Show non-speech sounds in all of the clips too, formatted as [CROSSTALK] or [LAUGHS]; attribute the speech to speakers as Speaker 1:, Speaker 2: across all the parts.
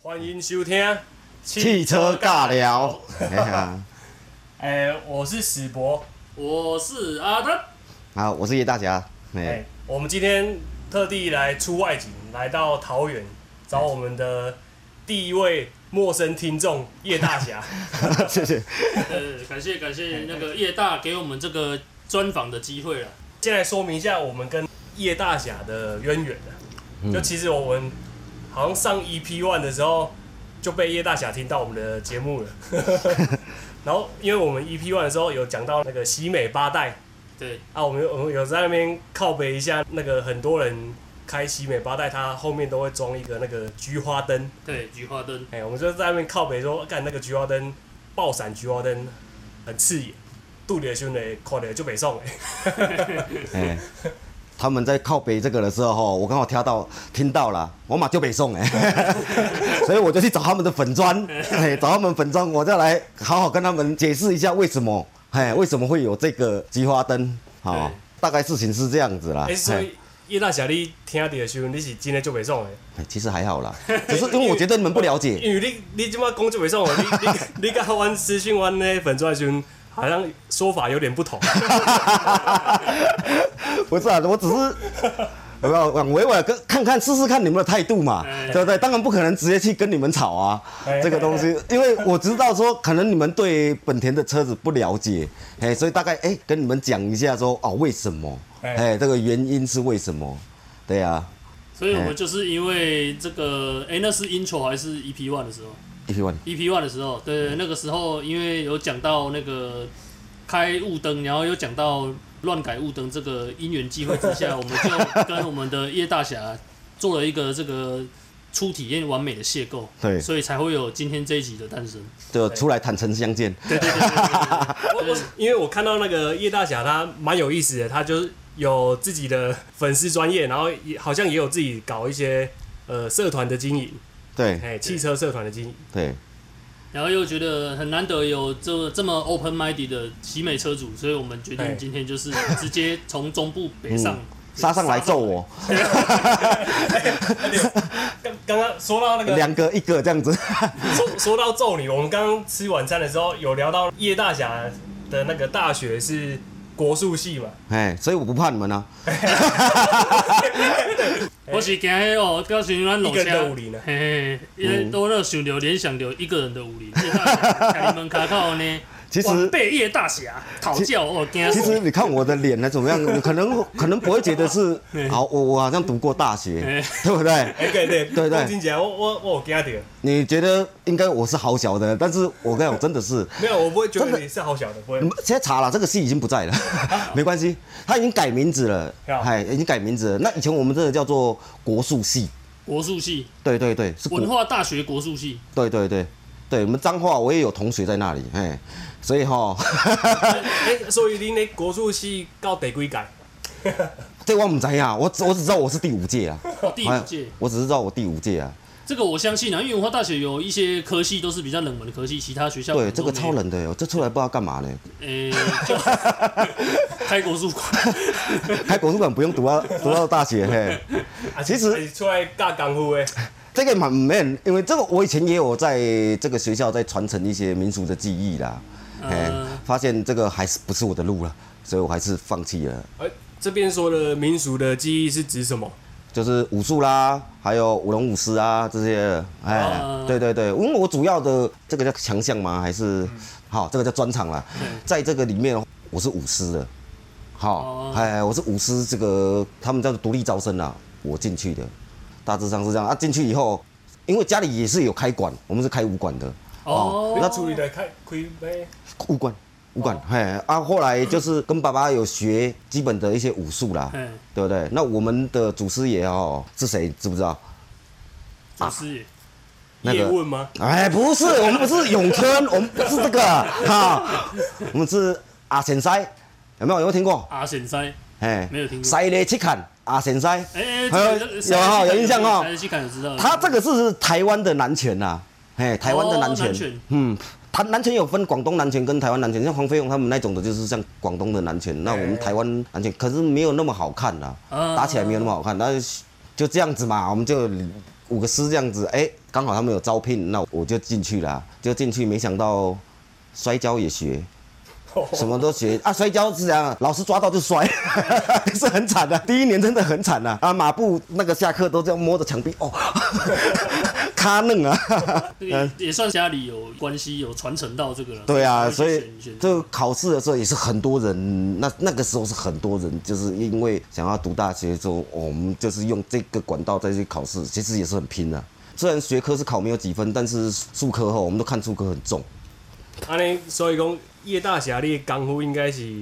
Speaker 1: 欢迎收听
Speaker 2: 汽车尬。聊， [LAUGHS] 哎呀，
Speaker 1: 哎、我是史博。
Speaker 3: 我是阿登，
Speaker 2: 好，我是叶大侠，
Speaker 1: 哎、
Speaker 2: 哎，
Speaker 1: 我们今天特地来出外景，来到桃园，找我们的第一位陌生听众叶大
Speaker 2: [LAUGHS]
Speaker 1: 侠。
Speaker 2: 谢谢，
Speaker 3: 呃，感谢感谢那个叶大给我们这个专访的机会了。啊
Speaker 1: 先来说明一下我们跟叶大侠的渊源啊
Speaker 2: 嗯
Speaker 1: 就其实我们好像上 EP One 的时候就被叶大侠听到我们的节目
Speaker 2: [LAUGHS]
Speaker 1: 了，然后因为我们 EP One 的时候有讲到那个西美八代，
Speaker 3: 对，
Speaker 1: 啊，我们有我们有在那边靠北一下，那个很多人开西美八代，它后面都会装一个那个菊花灯，
Speaker 3: 对，菊花灯，
Speaker 1: 哎、我们就在那边靠北说，干那个菊花灯，爆闪菊花灯很刺眼，杜的兄弟看了就北送哎，
Speaker 2: 哎，他们在靠北这个的时候，吼我刚好挑到听到了，我马就北宋哎， [LAUGHS] 所以我就去找他们的粉砖，哎，找他们粉砖，我再来好好跟他们解释一下为什么，哎，为什么会有这个菊花灯，好
Speaker 3: 对，
Speaker 2: 大概事情是这样子啦 [LAUGHS]
Speaker 1: 哎、，所以叶大侠你听到的时候，你是真的就北送哎，
Speaker 2: 哎其实还好啦，只是因为我觉得你们不了解，
Speaker 1: 因为你你这么讲就北送我，你你你跟湾私讯湾那粉钻兄好像说法有点不同，
Speaker 2: [LAUGHS] 不是啊，我只是有没有往委婉跟看看试试看你们的态度嘛，对不对？当然不可能直接去跟你们吵啊
Speaker 1: 哎，
Speaker 2: 这个东西，因为我知道说可能你们对本田的车子不了解，哎，所以大概哎跟你们讲一下说哦为什么，
Speaker 1: 哎
Speaker 2: 哎这个原因是为什么，对啊
Speaker 3: 所以我们就是因为这个，哎、那是 intro 还是 EP one 的时候
Speaker 2: ，if you want，
Speaker 3: ？EP one 的时候，对，那个时候因为有讲到那个呃开雾灯，然后有讲到乱改雾灯这个因缘机会之下，我们就跟我们的叶大侠做了一个这个初体验完美的邂逅，
Speaker 2: 对
Speaker 3: 所以才会有今天这一集的诞生。
Speaker 2: 就出来坦诚相见，
Speaker 3: 对对对对对对
Speaker 1: [LAUGHS] 我我因为我看到那个叶大侠，他蛮有意思的，他就是有自己的粉丝专业，然后也好像也有自己搞一些呃社团的经营，
Speaker 2: 对
Speaker 1: 哎，汽车社团的经
Speaker 2: [LAUGHS]
Speaker 1: 营，
Speaker 2: 对，
Speaker 3: 然后又觉得很难得有这这么 open minded 的喜美车主，所以我们决
Speaker 1: 哎
Speaker 3: 定今天就是直接从中部北上
Speaker 2: 嗯，杀上来揍我，
Speaker 1: 刚刚刚说到那个
Speaker 2: 两个一个这样子，
Speaker 1: 说说到揍你，我们刚刚吃晚餐的时候有聊到叶大侠的那个大学是国术系嘛，
Speaker 2: 哎，所以我不怕你们啊，
Speaker 3: 我是今日哦，表示咱楼
Speaker 1: 一个人的
Speaker 3: 下
Speaker 1: 武林啊，
Speaker 3: 嘿嘿，因为都那想到联想到一个人的武林，叶大侠在你们卡靠呢，
Speaker 2: 嗯 [LAUGHS] 其实
Speaker 3: 晚辈叶大侠讨教我惊
Speaker 2: [LAUGHS] 其
Speaker 3: 死，
Speaker 2: 实你看我的脸呢怎
Speaker 3: [LAUGHS]
Speaker 2: 么样，你可能可能不会觉得是好，我我好像读过大学， [LAUGHS] 对
Speaker 3: [LAUGHS]
Speaker 2: 不对？
Speaker 1: 哎对对
Speaker 2: 对对
Speaker 1: 金姐，我我我有惊到，
Speaker 2: 你觉得应该我是好小的，但是我跟你讲，真的是。
Speaker 1: 没有，我不会觉得你是好小的，不会
Speaker 2: 你，们现在查了，这个系已经不
Speaker 3: [LAUGHS]
Speaker 2: 在了，没关系，他已经改名字了，
Speaker 1: 好
Speaker 2: 哎，已经改名字了。那以前我们这个叫做国术系，
Speaker 3: 国术系
Speaker 2: 对对对，是国
Speaker 3: 文，化大学国术系，
Speaker 2: 对对对对，我们彰化我也有同学在那里，哎，所以哈，
Speaker 1: 哎，所以你那国术系到第几届？
Speaker 2: [LAUGHS]
Speaker 1: 啊
Speaker 2: 这我不知呀，我只我只知道我是第五届啊，
Speaker 3: 哦第五
Speaker 2: 哎，
Speaker 3: 届
Speaker 2: 我只是知道我第五届啊，
Speaker 3: 这个我相信啊，因为文化大学有一些科系都是比较冷门的科系，其他学校
Speaker 2: 对，
Speaker 3: 可能都
Speaker 2: 这个
Speaker 3: 没
Speaker 2: 超
Speaker 3: 有
Speaker 2: 冷的哟，这出来不知道干嘛呢。
Speaker 3: 诶、就开国术馆，
Speaker 2: [LAUGHS] 开国术馆不用读到读到大学，嘿，
Speaker 1: 啊
Speaker 2: 其实
Speaker 1: 啊是出来尬功夫的，
Speaker 2: 这个蛮 man，因为这个我以前也有在这个学校在传承一些民俗的记忆啦，哎、
Speaker 3: 嗯
Speaker 2: 发现这个还是不是我的路了，所以我还是放弃了，
Speaker 1: 哎，这边说的民俗的记忆是指什么？
Speaker 2: 就是武术啦，还有舞龙舞狮啊这些的，哎、
Speaker 3: 啊
Speaker 2: 对对对，因为我主要的这个叫强项吗？还
Speaker 3: 嗯
Speaker 2: 是好，这个叫专长啦，在这个里面我是舞狮的，好
Speaker 3: 哦，
Speaker 2: 哎，我是舞狮这个他们叫做独立招生啦，我进去的，大致上是这样啊。进去以后，因为家里也是有开馆，我们是开武馆的，
Speaker 3: 哦，
Speaker 1: 那处理的开开呗，
Speaker 2: 武馆，武馆，嘿啊，后来就是跟爸爸有学基本的一些武术啦，
Speaker 3: 哎，
Speaker 2: 对不对？那我们的祖师爷哦是谁？知不知道？啊
Speaker 3: 祖师爷，
Speaker 2: 那个
Speaker 1: 叶问吗？
Speaker 2: 哎，不是，我们不是咏春，我们不是
Speaker 3: [LAUGHS]
Speaker 2: 这个，哈，我们是阿神塞，有没有？有没有听过？
Speaker 3: 阿显塞，
Speaker 2: 哎，
Speaker 3: 没有听过
Speaker 2: 塞雷去看阿神塞，
Speaker 3: 哎、
Speaker 2: 哎
Speaker 3: 这个
Speaker 2: 有哈有印象哈
Speaker 3: 塞西坎有知道，
Speaker 2: 他这个是台湾的南拳呐、啊，哎，台湾的南拳，
Speaker 3: 哦南拳
Speaker 2: 嗯，台南拳有分广东南拳跟台湾南拳，像黄飞鸿他们那种的，就是像广东的南拳，那我
Speaker 1: 哎
Speaker 2: 们台湾南拳可是没有那么好看啦、
Speaker 3: 啊
Speaker 2: 打起来没有那么好看，那就这样子嘛，我们就五个师这样子，哎、刚好他们有招聘，那我就进去啦，就进去，没想到摔跤也学。什么都学啊！摔跤是这样啊，老师抓到就摔， [LAUGHS] 就是很惨的、第一年真的很惨的啊马步那个下课都这样摸着墙壁，哦， [LAUGHS] 卡嫩啊！
Speaker 3: 这个也也算家里有关系，有传承到这个了。
Speaker 2: 对啊，
Speaker 3: 去
Speaker 2: 所以
Speaker 3: 选选
Speaker 2: 就考试的时候也是很多人，那那个时候是很多人，就是因为想要读大学的时候，我们就是用这个管道再去考试，其实也是很拼的、啊虽然学科是考没有几分，但是数科哈，我们都看数科很重。
Speaker 1: 安尼，所以讲叶大侠你的功夫应该是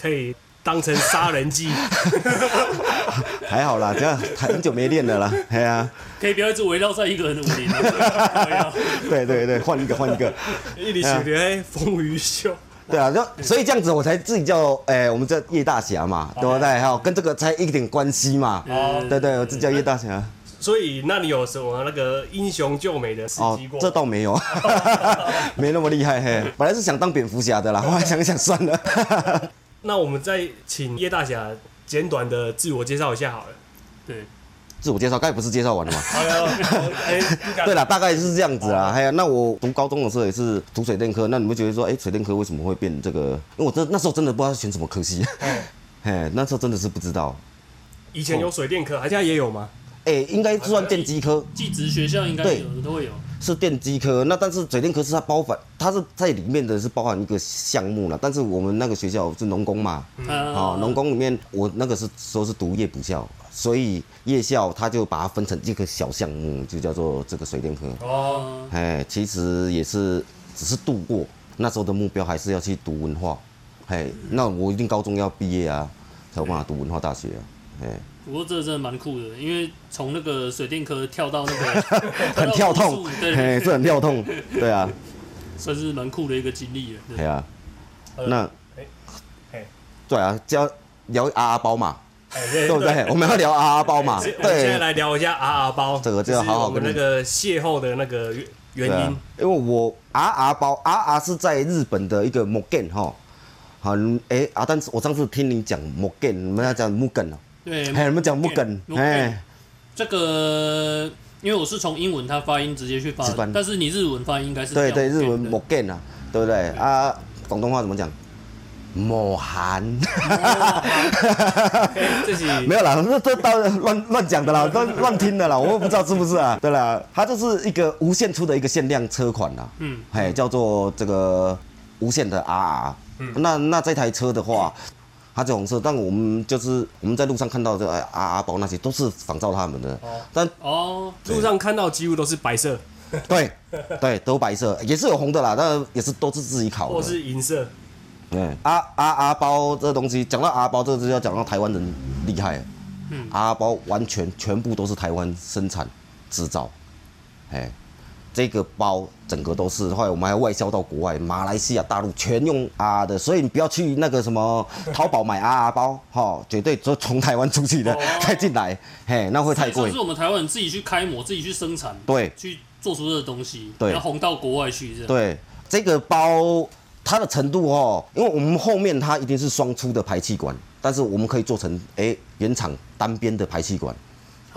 Speaker 1: 可以当成杀人技，
Speaker 2: 还好啦，这样很久没练了啦。哎呀、
Speaker 3: 可以不要一直围绕在一个人的武林
Speaker 2: [LAUGHS]
Speaker 3: 啊。不要
Speaker 2: 对对对，换一个换一个。
Speaker 1: 一直想着迄风雨秀。
Speaker 2: 对啊，就所以这样子我才自己叫，哎、我们叫叶大侠嘛，对不对？还有跟这个才一点关系嘛。
Speaker 1: 哦
Speaker 2: 对对，我自己叫叶大侠。
Speaker 1: 所以，那你有什么那个英雄救美的事
Speaker 2: 哦
Speaker 1: 迹过，
Speaker 2: 这
Speaker 1: 吗？
Speaker 2: 倒没有， [LAUGHS] 没那么厉害嘿。本来是想当蝙蝠侠的啦，后来想一想算了。
Speaker 1: 那我们再请叶大侠简短的自我介绍一下好了。
Speaker 3: 对，
Speaker 2: 自我介绍，刚才不是介绍完了吗？
Speaker 1: 好了，哎，
Speaker 2: 对了，大概是这样子啊。还有，那我读高中的时候也是读水电科，那你们觉得说，哎、水电科为什么会变这个？因为我真的那时候真的不知道选什么科系， [LAUGHS] 哎，那时候真的是不知道。
Speaker 1: 以前有水电科，现在也有吗？
Speaker 2: 哎、应该算电机科，
Speaker 3: 技职学校应该
Speaker 2: 对
Speaker 3: 有的都会有。
Speaker 2: 是电机科。那但是水电科是它包含，它是在里面的是包含一个项目了。但是我们那个学校是农工嘛，
Speaker 3: 啊
Speaker 1: 嗯
Speaker 2: 哦，农工里面我那个是说是读夜补校，所以夜校它就把它分成一个小项目，就叫做这个水电科。
Speaker 1: 哦，
Speaker 2: 哎，其实也是只是度过那时候的目标，还是要去读文化。哎，
Speaker 1: 嗯
Speaker 2: 那我一定高中要毕业啊，才有办法读文化大学啊。哎，
Speaker 3: 不过这个真的蛮酷的，因为从那个水电科跳到那个
Speaker 2: [LAUGHS]
Speaker 1: 嗯
Speaker 2: 很跳
Speaker 3: 到武
Speaker 2: 痛
Speaker 3: 术，对，
Speaker 2: 哎，是很
Speaker 1: [LAUGHS]
Speaker 2: 跳痛，对啊，
Speaker 3: 算是蛮酷的一个经历了。对
Speaker 2: 哎呀、
Speaker 1: 呃
Speaker 2: 那
Speaker 1: 哎哎，
Speaker 2: 对啊，就要聊阿阿包嘛，
Speaker 1: 哎
Speaker 2: 哦对不？对？我们要聊阿阿包嘛，
Speaker 1: 我们 [LAUGHS] 现在
Speaker 2: 对，
Speaker 1: 来聊一下啊阿阿包，
Speaker 2: 这个就要好好
Speaker 1: 就是我
Speaker 2: 跟
Speaker 1: 们
Speaker 2: 你
Speaker 1: 那个邂逅的那个原原
Speaker 2: 对啊
Speaker 1: 因。
Speaker 2: 因为我 R R 包 R R 是在日本的一个 Mogen 哈，很哎啊，但是我上次听你讲 Mogen，你们要讲 Mogen 哦，
Speaker 3: 对，
Speaker 2: 哎，你们讲 Mogen，
Speaker 3: Mugen，
Speaker 2: 哎，
Speaker 3: 这个因为我是从英文它发音直接去发
Speaker 2: 直翻，
Speaker 3: 但是你日文发音应该是
Speaker 2: 对
Speaker 3: 这
Speaker 2: 对，
Speaker 3: 样
Speaker 2: 日文
Speaker 3: 对
Speaker 2: Mogen 啊，对不对啊？广东话怎么讲？抹寒
Speaker 1: 哎这是
Speaker 2: 啊没有啦，这这当然乱乱讲的啦，乱乱听的啦，我也不知道是不是啊？对啦，它就是一个无限出的一个限量车款啦，
Speaker 3: 嗯，
Speaker 2: 哎，叫做这个无限的 RR。那那这台车的话，它这红色，但我们就是我们在路上看到的哎 RR 包那些都是仿照他们的，但
Speaker 3: 哦，
Speaker 1: 路上看到几乎都是白色
Speaker 2: 对对都白色，也是有红的啦，但也是都是自己烤
Speaker 1: 或
Speaker 2: 的。
Speaker 1: 哦是银色，
Speaker 2: 对，R R R 啊包这东西，讲到 R 包，这就要讲到台湾人厉害了。
Speaker 3: 嗯
Speaker 2: ，R 包完全全部都是台湾生产制造，哎，这个包整个都是，后来我们还外销到国外，马来西亚、大陆全用 R 的，所以你不要去那个什
Speaker 3: [LAUGHS]
Speaker 2: 么淘宝买 R R 包，哈、绝对就从台湾出去的再进来，嘿，那会太
Speaker 3: 所
Speaker 2: 贵
Speaker 3: 以算哦是。我们台湾人自己去开模、自己去生产，
Speaker 2: 对
Speaker 3: 去做出这个东西，
Speaker 2: 对
Speaker 3: 然后红到国外去这样。
Speaker 2: 对，这个包它的程度哦，因为我们后面它一定是双出的排气管，但是我们可以做成哎原厂单边的排气管。
Speaker 3: 嗯嗯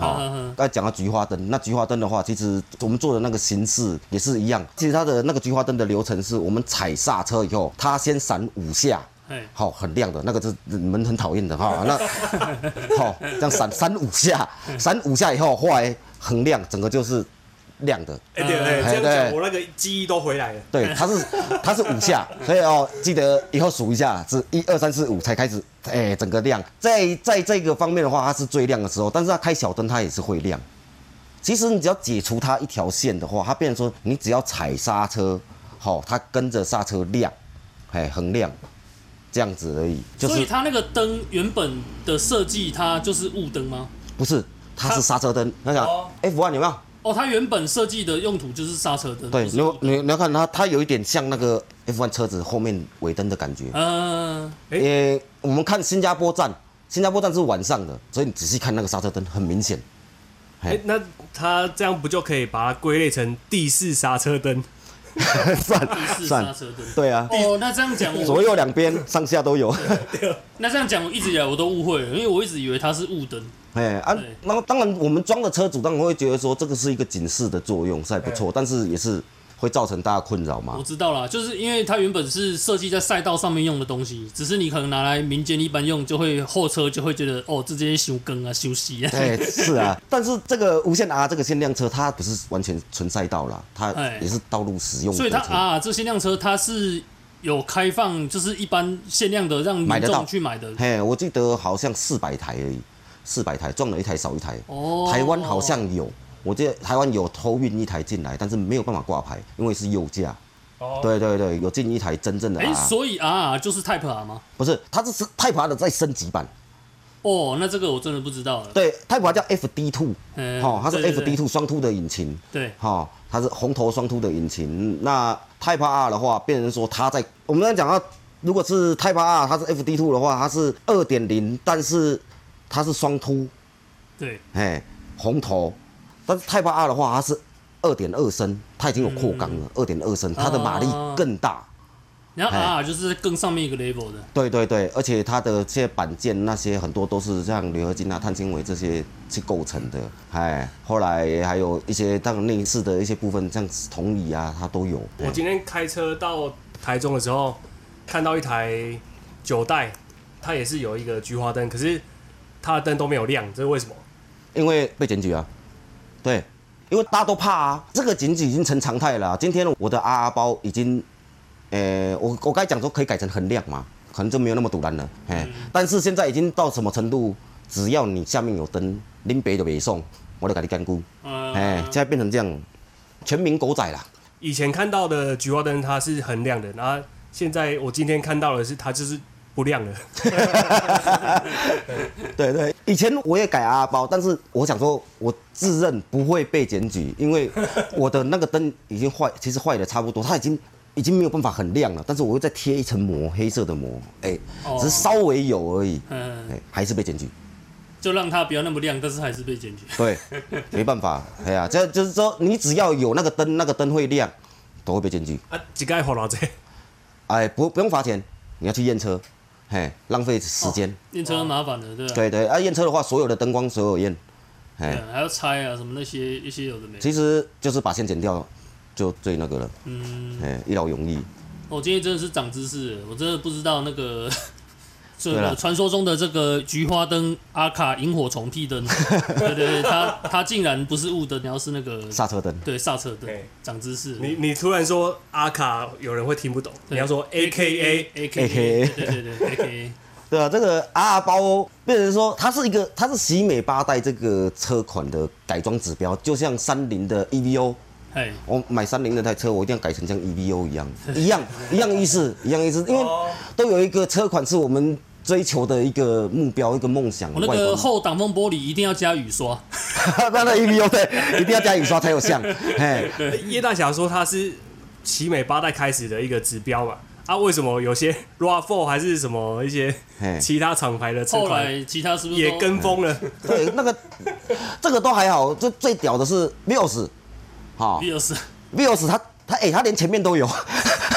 Speaker 2: 啊
Speaker 3: 嗯，
Speaker 2: 那讲到菊花灯，那菊花灯的话，其实我们做的那个形式也是一样。其实它的那个菊花灯的流程是我们踩刹车以后，它先闪五下，
Speaker 3: 哎，
Speaker 2: 好、很亮的那个是你们很讨厌的
Speaker 1: [LAUGHS]
Speaker 2: 哈、那好、这样闪闪五下，
Speaker 1: 嗯
Speaker 2: 闪五下以后，后来很亮，整个就是亮的。
Speaker 1: 哎对对，
Speaker 2: 哎
Speaker 1: 这样讲
Speaker 2: 对
Speaker 1: 我那个记忆都回来了。
Speaker 2: 对，它是它是五下，所以哦，记得以后数一下，是一二三四五才开始，哎、整个亮。在在这个方面的话，它是最亮的时候，但是它开小灯它也是会亮。其实你只要解除它一条线的话，它变成说你只要踩刹车，好、它跟着刹车亮，哎，很亮，这样子而已，就
Speaker 3: 所以
Speaker 2: 是
Speaker 3: 它那个灯原本的设计，它就是雾灯吗？
Speaker 2: 不是它是刹车灯。那想
Speaker 1: 哦
Speaker 2: F 1有没有？
Speaker 3: 哦，它原本设计的用途就是刹车灯。
Speaker 2: 对，
Speaker 3: 不
Speaker 2: 你
Speaker 3: 是
Speaker 2: 有
Speaker 3: 雾灯
Speaker 2: 你你要看它，它有一点像那个 F 1车子后面尾灯的感觉。
Speaker 3: 呃，
Speaker 1: 诶
Speaker 2: 诶，我们看新加坡站，新加坡站是晚上的，所以你仔细看那个刹车灯，很明显。
Speaker 1: 哎、那它这样不就可以把它归类成地式刹车灯？
Speaker 2: 哎 [LAUGHS]
Speaker 3: 地
Speaker 2: 算
Speaker 3: 式刹
Speaker 2: 算，
Speaker 3: 车灯。
Speaker 2: 对啊，
Speaker 3: 哦，那这样讲
Speaker 2: 左
Speaker 3: 我，
Speaker 2: 右两边上下都有。 [LAUGHS]
Speaker 3: 那这样讲我一直以来我都误会了，因为我一直以为它是雾灯，
Speaker 2: 哎啊
Speaker 3: 对，
Speaker 2: 然后当然我们装的车主当然会觉得说这个是一个警示的作用，赛不错，但是也是会造成大家困扰嘛
Speaker 3: 我。知道啦，就是因为它原本是设计在赛道上面用的东西，只是你可能拿来民间一般用，就会后车就会觉得哦，这些修更啊、休息
Speaker 2: [LAUGHS]
Speaker 3: 啊，
Speaker 2: 对，是啊，但是这个无限 R 这个限量车，它不是完全纯赛道啦，它
Speaker 3: 哎
Speaker 2: 也是道路使用的
Speaker 3: 所以它
Speaker 2: 车。
Speaker 3: 啊，这限量车它是有开放，就是一般限量的让
Speaker 2: 买
Speaker 3: 民
Speaker 2: 得到
Speaker 3: 众去买的。
Speaker 2: 嘿，我记得好像四百台而已，四百台撞了一台少一台。
Speaker 3: 哦，
Speaker 2: 台湾好像有，我记得台湾有偷运一台进来，但是没有办法挂牌，因为是右驾。
Speaker 1: 哦，
Speaker 2: 对对对，有进一台真正的
Speaker 3: 哎、
Speaker 2: R，
Speaker 3: 所以啊，就是 Type R 吗？
Speaker 2: 不是，它是 Type R 的再升级版。
Speaker 3: 哦，那这个我真的不知道了。
Speaker 2: 对，Type R 叫 FD Two，
Speaker 3: 嗯
Speaker 2: 哦，它是
Speaker 3: 对对
Speaker 2: FD
Speaker 3: 对
Speaker 2: Two 双凸的引擎，
Speaker 3: 对，
Speaker 2: 哈、哦，它是红头双凸的引擎。那 Type R 的话，变成说它在我们刚才讲到，如果是 Type R 它是 FD Two 的话，它是二点零，但是它是双凸，
Speaker 3: 对，
Speaker 2: 哎，红头，但是 Type R 的话，它是二点二升，它已经有扩缸了，二点二升，它的马力更大。
Speaker 3: 然后
Speaker 2: 哎
Speaker 3: R 就是更上面一个 level 的。
Speaker 2: 对对对，而且它的这些板件那些很多都是像铝合金啊、碳纤维这些去构成的。哎，后来还有一些当然内饰的一些部分，像铜椅啊，它都有。
Speaker 1: 我今天开车到台中的时候，看到一台九代，它也是有一个菊花灯，可是它的灯都没有亮，这是为什么？
Speaker 2: 因为被检举啊，对，因为大家都怕啊，这个检举已经成常态了啊、今天我的 R R 包已经，呃，我我刚才讲说可以改成很亮嘛，可能就没有那么堵然了，哎、但是现在已经到什么程度？只要你下面有灯，拎北就北送，我就给你干估，
Speaker 3: 呃，
Speaker 2: 哎、现在变成这样，全民狗仔啦，
Speaker 1: 以前看到的菊花灯它是很亮的，然后现在我今天看到的是它就是不亮了。
Speaker 2: 对对，以前我也改阿包，但是我想说，我自认不会被检举，因为我的那个灯已经坏，其实坏的差不多，它已经已经没有办法很亮了，但是我又再贴一层膜，黑色的膜，哎、
Speaker 3: 哦
Speaker 2: 只是稍微有而已，
Speaker 3: 嗯、
Speaker 2: 哎、还是被检举。
Speaker 3: 就让它不要那么亮，但是还是被检举。
Speaker 2: 对，没办法，哎呀、这就是说，你只要有那个灯，那个灯会亮，都会被检举。
Speaker 1: 啊，几盖火老贼，
Speaker 2: 哎，不不用罚钱，你要去验车，嘿，浪费时间。
Speaker 3: 验车麻烦了，对吧、
Speaker 2: 对对，啊，验车的话，所有的灯光所有验，哎、
Speaker 3: 嗯还要拆啊，什么那些一些有的没的。
Speaker 2: 其实就是把线剪掉，就最那个了，
Speaker 3: 嗯，
Speaker 2: 哎、一劳永逸。
Speaker 3: 我哦今天真的是长知识了，我真的不知道
Speaker 2: [LAUGHS]
Speaker 3: 那个这
Speaker 2: 对
Speaker 3: 个
Speaker 2: 啦
Speaker 3: 传说中的这个菊花灯阿卡萤火虫屁灯，对对对，它它竟然不是雾灯，然后是那个
Speaker 2: 刹车灯，
Speaker 3: 对刹车灯
Speaker 1: 对，
Speaker 3: 长知识了。
Speaker 1: 你你突然说阿卡，有人会听不懂，你要说 A K A。
Speaker 3: A K A，
Speaker 2: AKA
Speaker 3: 对对对 A
Speaker 2: [LAUGHS]
Speaker 3: K
Speaker 2: 对啊，这个阿尔包变成说，它是一个，它是喜美八代这个车款的改装指标，就像三菱的 EVO，
Speaker 3: A，哎，
Speaker 2: 我买三菱那台车，我一定要改成像 EVO 一样，
Speaker 3: [LAUGHS]
Speaker 2: 一样一样意思，一样意思，因为
Speaker 3: 哦
Speaker 2: 都有一个车款是我们追求的一个目标，一个梦想。
Speaker 3: 我那
Speaker 2: 外观
Speaker 3: 个后挡风玻璃一定要加雨刷，
Speaker 2: [LAUGHS] 那那 EVO 对，一定要加雨刷才有像，嘿，
Speaker 1: 叶大侠说他是奇美八代开始的一个指标嘛。啊，为什么有些 [LAUGHS] RAV4 还是什么一些
Speaker 2: 嘿
Speaker 1: 其他厂牌的车
Speaker 3: 后
Speaker 1: 款
Speaker 3: 来其他是不是
Speaker 1: 也
Speaker 3: 都
Speaker 1: 跟风了？
Speaker 2: 对，那个这个都还好，这最屌的是 Vios，好、
Speaker 3: 第二次
Speaker 2: Vios 它它哎、它连前面都有， [LAUGHS]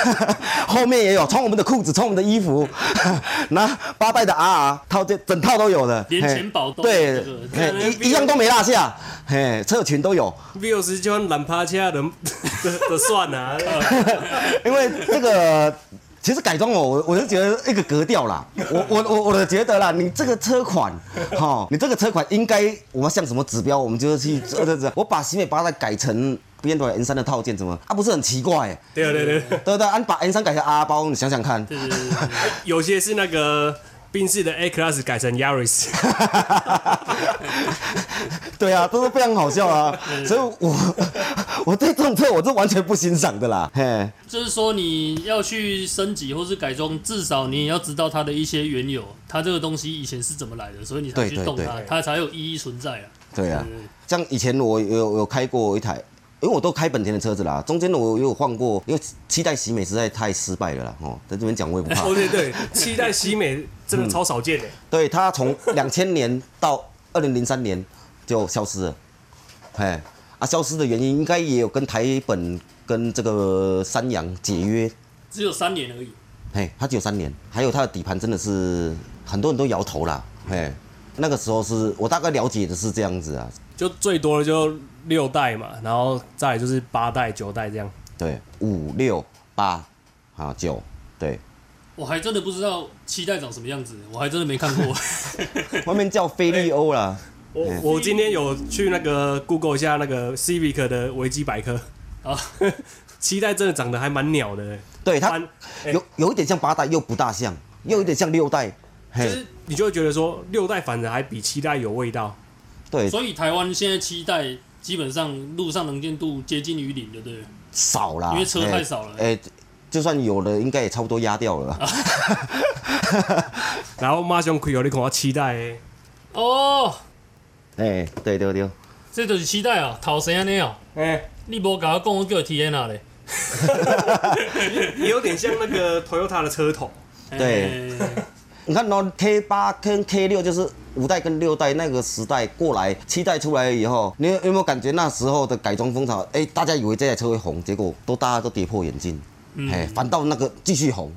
Speaker 2: 后面也有，从我们的裤子，从我们的衣服， [LAUGHS] 拿八代的 RR 套这整套都有的，
Speaker 3: 连
Speaker 2: 嘿
Speaker 3: 钱宝都有
Speaker 2: 对
Speaker 3: 这个，
Speaker 2: 嘿一一样都没落下，嘿，车群都有，
Speaker 1: 六十就懒趴下的 [LAUGHS] 的的算啊，
Speaker 2: [LAUGHS] 因为这个。其实改装哦，我我就觉得一个格调啦，我我我我的觉得啦，你这个车款， [LAUGHS] 哈、你这个车款应该我们像什么指标，我们就是去这这这， [LAUGHS] 我把喜美八代改成 B N W N 三的套件，怎么啊？不是很奇怪、欸？
Speaker 1: 对对对，
Speaker 2: 对不对？啊，你把 N 三改成 R 包，你想想看，
Speaker 3: 对对对对对
Speaker 1: 有些是那个宾士的 A Class 改成 Yaris，
Speaker 2: [LAUGHS] 对啊，都是非常好笑啊。所以我 [LAUGHS] 我对这种车我是完全不欣赏的啦。嘿，
Speaker 3: 就是说你要去升级或是改装，至少你也要知道它的一些缘由，它这个东西以前是怎么来的，所以你才
Speaker 2: 对
Speaker 3: 去
Speaker 2: 对
Speaker 3: 动它，
Speaker 2: 对
Speaker 3: 它才有意义存在啊。
Speaker 2: 对啊
Speaker 3: 对对，
Speaker 2: 像以前我有有开过一台，因为我都开本田的车子啦，中间我有换过，因为七代喜美实在太失败了啦。哦，在这边讲我也不怕
Speaker 1: 哦。对对，七代西美真的超少见的，
Speaker 2: 对，它从两千年到二零零三年就消失了。嘿，啊，消失的原因应该也有跟台本跟这个三洋解约
Speaker 3: 只有三年而已，
Speaker 2: 嘿，它只有三年，还有它的底盘真的是很多人都摇头啦，嘿，那个时候是我大概了解的是这样子啊，
Speaker 1: 就最多的就六代嘛，然后再来就是八代、九代这样。
Speaker 2: 对，五六八啊九，对，
Speaker 3: 我还真的不知道七代长什么样子，我还真的没看
Speaker 2: [LAUGHS]
Speaker 3: 过。
Speaker 2: 外面叫菲利欧啦，
Speaker 3: 哎
Speaker 1: 我哦我今天有去那个 Google 一下那个 Civic 的维基百科 [LAUGHS]
Speaker 3: 啊，
Speaker 1: 七代真的长得还蛮鸟的、欸，
Speaker 2: 对它
Speaker 1: 蛮哎
Speaker 2: 有有一点像八代，又不大
Speaker 3: 哎
Speaker 2: 像，又有点像六代，
Speaker 1: 就
Speaker 2: 嘿，
Speaker 1: 是你就会觉得说六代反而还比七代有味道。
Speaker 2: 对，
Speaker 3: 所以台湾现在七代基本上路上能见度接近于零的，对不对？
Speaker 2: 少啦，
Speaker 3: 因为车
Speaker 2: 嘿
Speaker 3: 太少了啊
Speaker 2: 哎、就算有了，应该也差不多压掉了啦。
Speaker 1: 然后马上开有你看到七代、欸， [LAUGHS]
Speaker 3: 哦，
Speaker 2: 哎、对对对，
Speaker 3: 这就是七代啊，头生安尼哦，
Speaker 1: 哎、
Speaker 3: 你无甲我讲，我叫啊我体验哪嘞？
Speaker 1: 也有点像那个 Toyota 的车头。
Speaker 2: 对
Speaker 3: 哎，
Speaker 2: 你看哦，K 八跟 K 六就是五代跟六代那个时代过来，七代出来以后，你有有没有感觉那时候的改装风潮？哎、大家以为这台车会红，结果都大家都跌破眼镜，
Speaker 3: 嗯
Speaker 2: 哎、反倒那个继续红，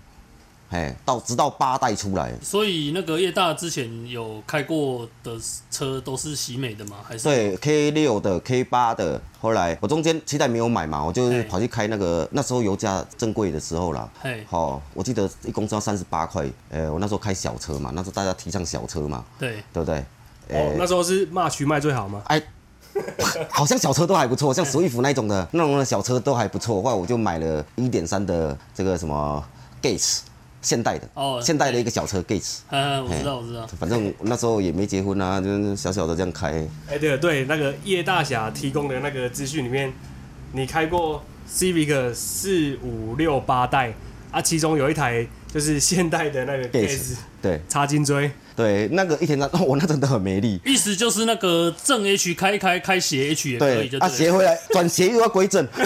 Speaker 2: 哎，到直到八代出来，
Speaker 3: 所以那个叶大之前有开过的车都是喜美的吗？还是
Speaker 2: 对 K 六的 K 八的，后来我中间七代没有买嘛，我就
Speaker 3: 哎
Speaker 2: 跑去开那个那时候油价正贵的时候啦，
Speaker 3: 嘿
Speaker 2: 好、我记得一公升要三十八块，呃，我那时候开小车嘛，那时候大家提倡小车嘛，
Speaker 3: 对，
Speaker 2: 对不对？
Speaker 1: 哦，那时候是 March 卖最好吗？
Speaker 2: 哎，好像小车都还不错，像 Swift 那一种的那种的小车都还不错，后来我就买了一点三的这个什么 Gates 现代的，
Speaker 3: 哦
Speaker 2: 现代的一个小车 Gates，
Speaker 3: 呃，我知道，我知道，
Speaker 2: 反正那时候也没结婚啊，就是小小的这样开，
Speaker 1: 哎、对了对，那个叶大侠提供的那个资讯里面，你开过 Civic 四五六八代啊，其中有一台就是现代的那个
Speaker 2: Gates
Speaker 1: Gas
Speaker 2: 对
Speaker 1: 插金锥，
Speaker 2: 对，那个一天三， [LAUGHS] 我那真的很没力。
Speaker 3: 意思就是那个正 H 开一开开斜 H 也可以，就
Speaker 2: 啊，
Speaker 3: 对
Speaker 2: 斜
Speaker 3: 了。
Speaker 2: 回
Speaker 3: [LAUGHS]
Speaker 2: 来转斜又要归正， [LAUGHS]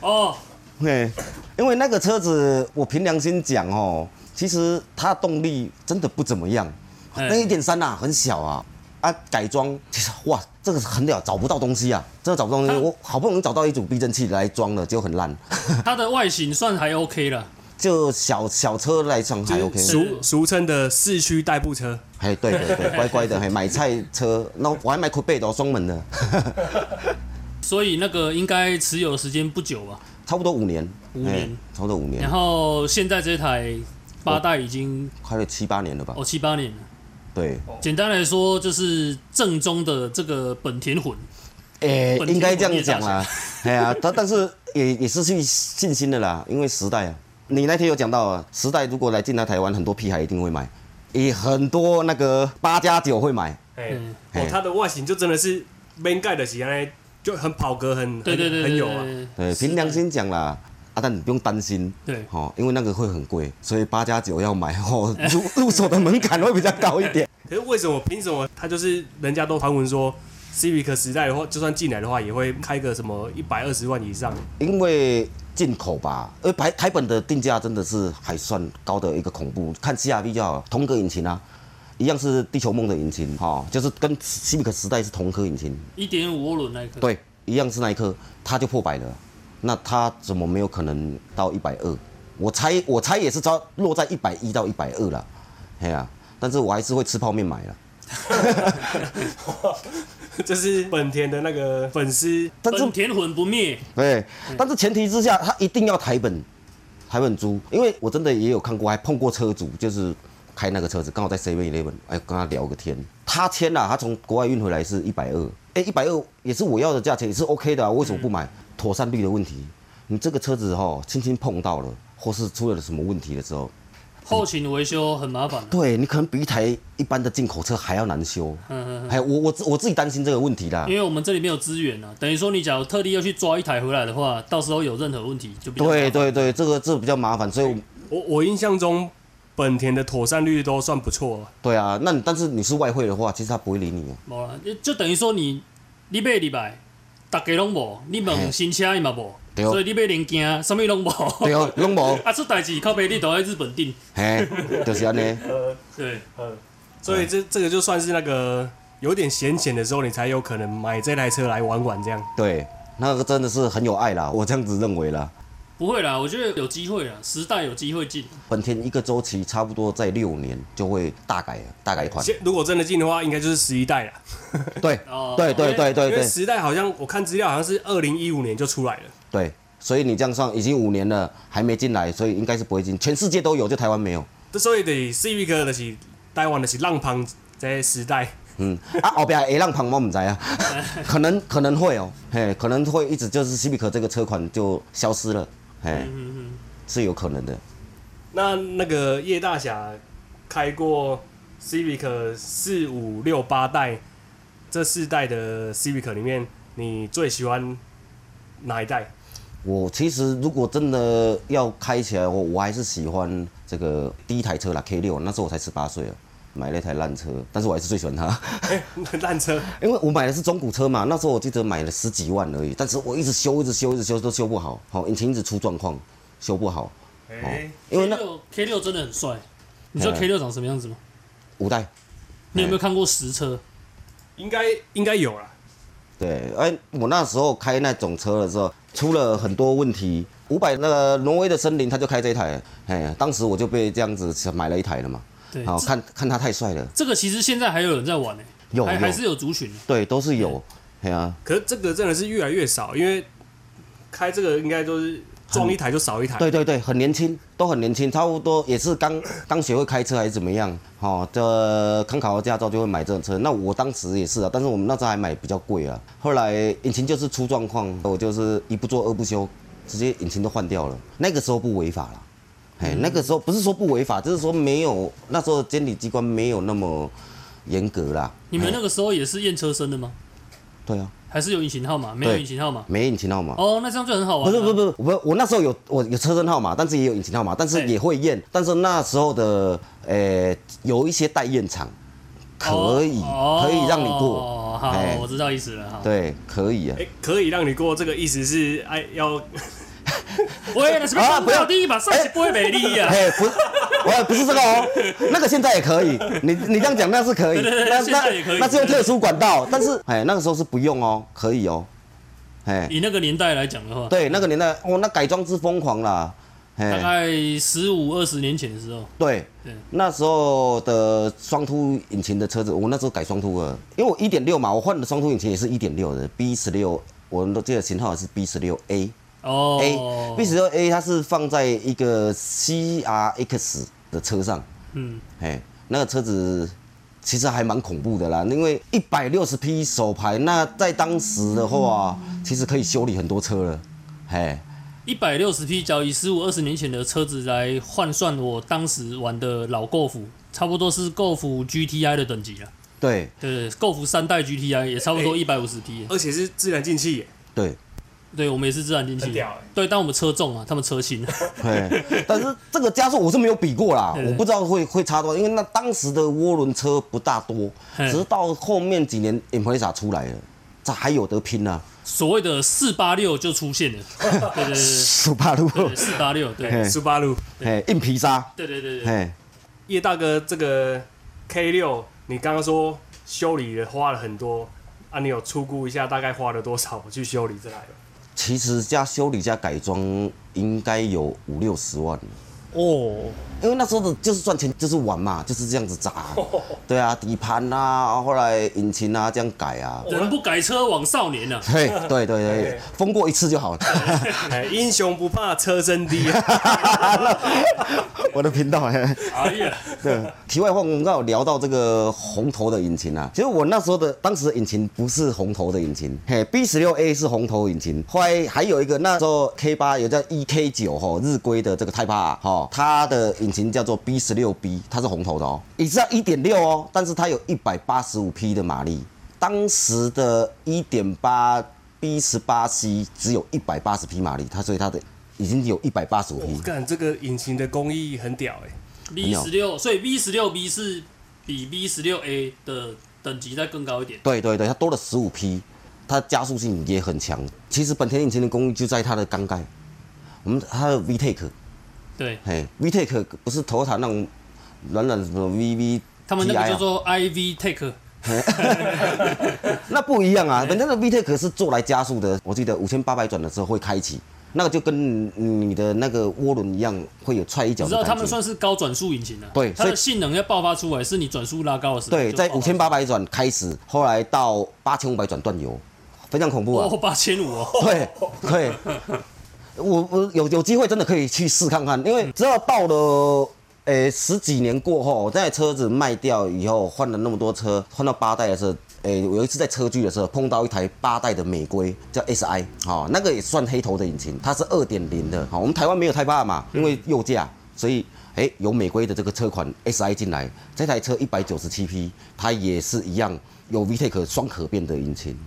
Speaker 3: 哦，
Speaker 2: 对，因为那个车子，我凭良心讲哦，其实它动力真的不怎么样，
Speaker 3: 哎
Speaker 2: 那一点三呐很小啊，啊改装，其实哇，这个很屌，找不到东西啊，真的找不到东西，
Speaker 3: 它
Speaker 2: 我好不容易找到一组避震器来装了，结果很烂，
Speaker 3: 它的外形算还 OK 了，
Speaker 2: 就小小车来讲还 OK，
Speaker 1: 俗俗称的四驱代步车。
Speaker 2: 哎，对对对，乖乖的，还买菜车，那我还买 c o b e 的哦，双门的，
Speaker 3: 所以那个应该持有时间不久吧。
Speaker 2: 差不多五年，
Speaker 3: 五
Speaker 2: 哎
Speaker 3: 年啊
Speaker 2: 差不多五年
Speaker 3: 然，后现在这台八代已经
Speaker 2: 快了七八年了吧
Speaker 3: 哦，七八年了。
Speaker 2: 对，
Speaker 3: 简单来说，就是正宗的这个本田魂。
Speaker 2: 诶、
Speaker 3: 本
Speaker 2: 呃
Speaker 3: 地
Speaker 2: 应该这样讲 [LAUGHS] 啦，哎呀、但但是也也失去信心的啦，因为时代啊，你那天有讲到啊，时代如果来进来台湾，很多屁孩一定会买，也很多那个八加九会买，
Speaker 1: 哎、
Speaker 3: 嗯
Speaker 1: 哦，它的外形就真的是 man 盖的起来，就很跑格，很
Speaker 3: 对对对
Speaker 1: 很
Speaker 3: 对
Speaker 1: 很有啊。
Speaker 3: 对
Speaker 2: 对，凭良心讲啦。啊，但你不用担心，
Speaker 3: 对
Speaker 2: 哦，因为那个会很贵，所以八加九要买哦，入入手的门槛会比较高一点。
Speaker 1: 可是为什么？凭什么？它就是人家都传闻说 Civic 时代的话，就算进来的话，也会开个什么一百二十万以上。 [LAUGHS]
Speaker 2: 因为进口吧，而台台本的定价真的是还算高的一个恐怖，看 CRV 就好了，同个引擎啊，一样是地球梦的引擎，哈、就是跟西米克时代是同颗引擎，
Speaker 3: 一点五涡轮那一颗。
Speaker 2: 对，一样是那一颗，它就破百了，那它怎么没有可能到一百二？我猜我猜也是招落在一百一到一百二啦，哎呀、但是我还是会吃泡面买了，
Speaker 1: 这是本田的那个粉丝，
Speaker 2: 但是
Speaker 3: 本田魂不灭，
Speaker 2: 对，
Speaker 3: 嗯
Speaker 2: 但是前提之下，他一定要台本，台本租，因为我真的也有看过，还碰过车主，就是开那个车子，刚好在 Seven Eleven，哎，跟他聊个天，他签了、他从国外运回来是一百二，哎，一百二也是我要的价钱，也是 OK 的啊，为什么不
Speaker 3: 嗯
Speaker 2: 买？妥善率的问题，你这个车子哈、轻轻碰到了，或是出了什么问题的时候，
Speaker 3: 后勤维修很麻烦啊。
Speaker 2: 对你可能比一台一般的进口车还要难修，
Speaker 3: 嗯嗯，
Speaker 2: 还有我我自我自己担心这个问题啦
Speaker 3: 嗯，因为我们这里没有资源啊，等于说你假如特地要去抓一台回来的话，到时候有任何问题就比较麻
Speaker 2: 对
Speaker 3: 烦
Speaker 2: 对对，这个这个比较麻烦，所以我
Speaker 1: 我我印象中本田的妥善率都算不错啊。
Speaker 2: 对啊，那你但是你是外汇的话，其实他不会理你、啊。
Speaker 3: 无啦，就就等于说你你买礼拜，大家拢无，你问新车伊嘛无，
Speaker 2: 对
Speaker 3: 所以你买零件，什么拢无。 [LAUGHS]
Speaker 2: 对哦，拢无，
Speaker 3: 啊，出代志靠背你都在日本订，
Speaker 2: [LAUGHS] 嘿，就是安尼，
Speaker 1: 呃
Speaker 3: 对，
Speaker 1: 呃，所
Speaker 2: 嗯
Speaker 1: 以这这个就算是那个有点闲钱的时候，你才有可
Speaker 2: 啊
Speaker 1: 能买这台车来玩玩这样。
Speaker 2: 对，那个真的是很有爱啦，我这样子认为啦，
Speaker 3: 不会啦，我觉得有机会啦，时代有机会进。
Speaker 2: 本田一个周期差不多在六年就会大改大改款，
Speaker 1: 现如果真的进的话，应该就是十一代了。
Speaker 2: 对
Speaker 3: 哦
Speaker 2: 对对对对
Speaker 1: 因为
Speaker 2: 对
Speaker 1: 十代好像我看资料好像是二零一五年就出来了。
Speaker 2: 对，所以你这样算已经五年了，还没进来，所以应该是不会进。全世界都有，就台湾没有。
Speaker 1: 这所以得 Civic 的是台湾的是浪旁在时代，
Speaker 2: 嗯，啊，后边 A 浪旁我唔知啊， [LAUGHS] 可能可能会哦，嘿，可能会一直就是 Civic 这个车款就消失了，嘿，是有可能的。
Speaker 1: 那那个叶大侠开过 Civic 四五六八代这四代的 Civic 里面，你最喜欢哪一代？
Speaker 2: 我其实如果真的要开起来，我我还是喜欢这个第一台车啦，K 六，那时候我才十八岁啊，买了一台烂车，但是我还是最喜欢它。 [LAUGHS]
Speaker 1: [LAUGHS] 烂车，
Speaker 2: 因为我买的是中古车嘛，那时候我记得买了十几万而已，但是我一直修，一直修，一直修都修不好，好、引擎一直出状况，修不好，
Speaker 1: 哎、
Speaker 2: 因为
Speaker 3: K
Speaker 2: 那
Speaker 3: 六 K 六真的很帅，你知道
Speaker 2: 嗯
Speaker 3: K 六长什么样子吗？
Speaker 2: 五代，
Speaker 3: 你有没有看过实车？
Speaker 1: 应该应该有啦。
Speaker 2: 对，哎，我那时候开那种车的时候，出了很多问题。五百那个挪威的森林，他就开这一台，哎，当时我就被这样子买了一台了嘛。
Speaker 3: 对，
Speaker 2: 好
Speaker 3: 这
Speaker 2: 看看他太帅了，
Speaker 3: 这个其实现在还有人在玩呢、欸
Speaker 2: 有
Speaker 3: 还
Speaker 2: 有
Speaker 3: 还是有族群的。
Speaker 2: 对，都是有，哎呀、
Speaker 1: 可是这个真的是越来越少，因为开这个应该都是装一台就少一台。
Speaker 2: 对对对，很年轻，都很年轻，差不多也是刚刚学会开车还是怎么样，哦，这刚考到驾照就会买这种车。那我当时也是啊，但是我们那时候还买比较贵啊。后来引擎就是出状况，我就是一不做二不休，直接引擎都换掉了。那个时候不违法了。哎，那个时候不是说不违法，就是说没有那时候监理机关没有那么严格啦。
Speaker 3: 你们那个时候也是验车身的吗？
Speaker 2: 对啊，
Speaker 3: 还是有引擎号码？没有
Speaker 2: 对
Speaker 3: 引擎号码？
Speaker 2: 没引擎号码。
Speaker 3: 哦，那这样就很好玩、
Speaker 2: 不是
Speaker 3: 啊。
Speaker 2: 不是不是，我我那时候有我有车身号码，但是也有引擎号码，但是
Speaker 3: 对
Speaker 2: 也会验，但是那时候的呃有一些代验厂可以、
Speaker 3: 哦
Speaker 2: 可以让你过，
Speaker 3: 哦，好
Speaker 2: 哎，
Speaker 3: 我知道意思了。好，
Speaker 2: 对，可以啊
Speaker 1: 哎、。可以让你过这个意思是哎要
Speaker 3: 喂，那什么
Speaker 2: 啊
Speaker 3: 公
Speaker 2: 不要
Speaker 3: 道第一把上是不会美丽呀、
Speaker 2: 哎、不是，我不是这个
Speaker 3: [LAUGHS]
Speaker 2: 哦，那个现在也可以，你你这样讲那是可以，
Speaker 3: 对对对
Speaker 2: 那
Speaker 3: 现在也可以
Speaker 2: 那那是用特殊管道，但是哎、那个时候是不用哦，可以哦，哎、
Speaker 3: 以那个年代来讲的话，
Speaker 2: 对，那个年代哦，那改装之疯狂啦，哎、
Speaker 3: 大概十五二十年前的时候，
Speaker 2: 对
Speaker 3: 对，
Speaker 2: 那时候的双凸引擎的车子，我那时候改双凸了，因为我一点六嘛，我换的双凸引擎也是一点六的 B 十六，我们都记得型号是 B 十六 A
Speaker 3: 哦
Speaker 2: 哎 A B 十六 A，它是放在一个 CRX 的车上，
Speaker 3: 嗯，
Speaker 2: 哎，那个车子其实还蛮恐怖的啦，因为一百六十匹手排，那在当时的话，其实可以修理很多车了，哎，
Speaker 3: 一百六十匹脚以十五二十年前的车子来换算，我当时玩的老 Golf，差不多是 Golf GTI 的等级了。
Speaker 2: 对
Speaker 3: 对对，Golf 三代 GTI 也差不多
Speaker 1: 哎
Speaker 3: 一百五十匹。
Speaker 1: 而且是自然进气耶，
Speaker 2: 对。
Speaker 3: 对，我们也是自然进气
Speaker 1: 很
Speaker 2: 哎
Speaker 1: 屌欸。
Speaker 3: 对，但我们车重啊，他们车轻。
Speaker 2: 对，但是这个加速我是没有比过啦，
Speaker 3: 对
Speaker 2: 我不知道会会差多少，因为那当时的涡轮车不大多，
Speaker 3: 嗯
Speaker 2: 直到后面几年 Impreza 出来了，这还有得拼啊，
Speaker 3: 所谓的四八六就出现了。对对
Speaker 2: [LAUGHS]
Speaker 3: 对
Speaker 2: 苏巴鲁，
Speaker 3: 对，四八六，对
Speaker 2: 嘿
Speaker 1: 苏巴鲁。
Speaker 2: 哎，硬皮沙，
Speaker 3: 对对对对，
Speaker 2: 哎，
Speaker 1: 叶大哥，这个 K 六，你刚刚说修理了花了很多啊，你有出估一下大概花了多少去修理这台 [LAUGHS] 吗？
Speaker 2: 其实加修理加改装应该有五六十万，
Speaker 1: 哦，
Speaker 2: 因为那时候的就是赚钱就是玩嘛，就是这样子砸，
Speaker 3: 哦
Speaker 2: 对啊，底盘啊，后来引擎啊这样改啊，
Speaker 3: 人不改车枉少年呐、啊。
Speaker 2: 对对对对
Speaker 1: 对，
Speaker 2: 封过一次就好了。
Speaker 3: [LAUGHS]
Speaker 2: [LAUGHS]
Speaker 1: 哎，英雄不怕车身低啊！
Speaker 2: 我的频道哎。
Speaker 3: 哎
Speaker 1: [LAUGHS]
Speaker 3: 呀，
Speaker 2: [LAUGHS] 对，题外话，我们刚好聊到这个红头的引擎啊，其实我那时候的当时的引擎不是红头的引擎，嘿，B 十六 A 是红头引擎，后来还有一个那时候 K 八有叫 EK 九吼，日规的这个 Type R 哈，它的引擎叫做 B 十六 B，它是红头的哦，也是要一点六哦，但是它有一百八十五匹的马力，当时的一点八 B 十八 C 只有一百八十匹马力，它所以它的已经有一百八十五匹
Speaker 1: 我，看这个引擎的工艺很屌哎，
Speaker 3: V 十六，所以 V 十六 B 是比 V 十六 A 的等级再更高一点。
Speaker 2: 对对对，它多了十五匹，它加速性也很强。其实本田引擎的功力就在它的缸盖，我们它的 VTEC，
Speaker 3: 对，
Speaker 2: 嘿，VTEC 不是头塔那种软软什么 VV，
Speaker 3: 他们那
Speaker 2: TI
Speaker 3: 个
Speaker 2: 啊
Speaker 3: 叫做 IV Take，哎
Speaker 2: 那不一样啊，人家的 VTEC 是做来加速的，我记得五千八百转的时候会开启，那个就跟你的那个涡轮一样，会有踹一脚
Speaker 3: 你
Speaker 2: 的
Speaker 3: 知
Speaker 2: 感觉。
Speaker 3: 道他们算是高转速引擎了、
Speaker 2: 对
Speaker 3: 它
Speaker 2: 所
Speaker 3: 的
Speaker 2: 以
Speaker 3: 性能要爆发出来，是你转速拉高的时候。哦
Speaker 2: 对，在五千八百转开始，后来到八千五百转断油，非常恐怖啊
Speaker 3: 哦，！八千五哦，
Speaker 2: [LAUGHS] 对对，我我有有机会真的可以去试看看，因为只要到了诶、十几年过后，这台车子卖掉以后，换了那么多车，换到八代的时候。诶、我有一次在车距的时候碰到一台八代的美规，叫 SI，好、那个也算黑头的引擎，它是二点零的，好、我们台湾没有台霸嘛，因为右驾，所以诶、有美规的这个车款 SI 进来，这台车一百九十七匹，它也是一样有 VTEC 双可变的引擎，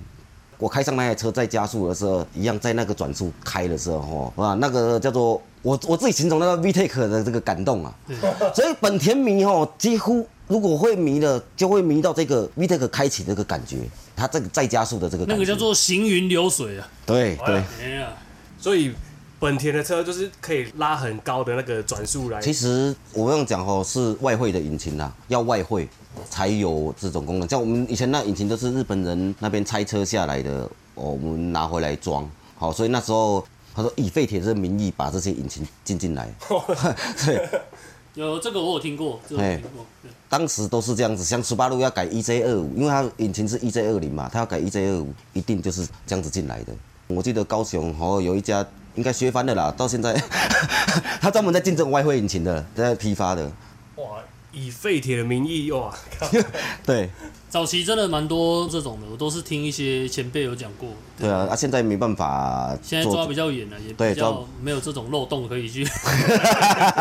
Speaker 2: 我开上那台车在加速的时候，一样在那个转速开的时候，吼，哇，那个叫做我我自己形容那个 VTEC 的这个感动啊。
Speaker 3: 嗯
Speaker 2: 所以本田迷吼，几乎如果会迷的，就会迷到这个 VTEC 开启的这个感觉，它这个再加速的这个感觉。
Speaker 3: 那个叫做行云流水啊。
Speaker 2: 对对。
Speaker 3: 哎呀，
Speaker 1: 所以本田的车就是可以拉很高的那个转速来。
Speaker 2: 其实我们这样讲吼，是外汇的引擎啦，要外汇才有这种功能。像我们以前那引擎都是日本人那边拆车下来的，哦，我们拿回来装。好，所以那时候他说以废铁这个名义把这些引擎进进来，对，
Speaker 3: 有这个我有听过，这个我有听过。对
Speaker 2: 当时都是这样子。像斯巴鲁要改 EJ 二五，因为它引擎是 EJ 二零嘛，它要改 EJ 二五，一定就是这样子进来的。我记得高雄哦有一家应该削翻了啦，到现在 [LAUGHS] 他专门在竞争外汇引擎的，在批发的，
Speaker 1: 哇，以废铁的名义哇，靠
Speaker 2: 对。
Speaker 3: 早期真的蛮多这种的，我都是听一些前辈有讲过。
Speaker 2: 对啊，啊，现在没办法做，
Speaker 3: 现在抓比较严了，也
Speaker 2: 对
Speaker 3: 比
Speaker 2: 抓
Speaker 3: 较没有这种漏洞可以去。 [LAUGHS]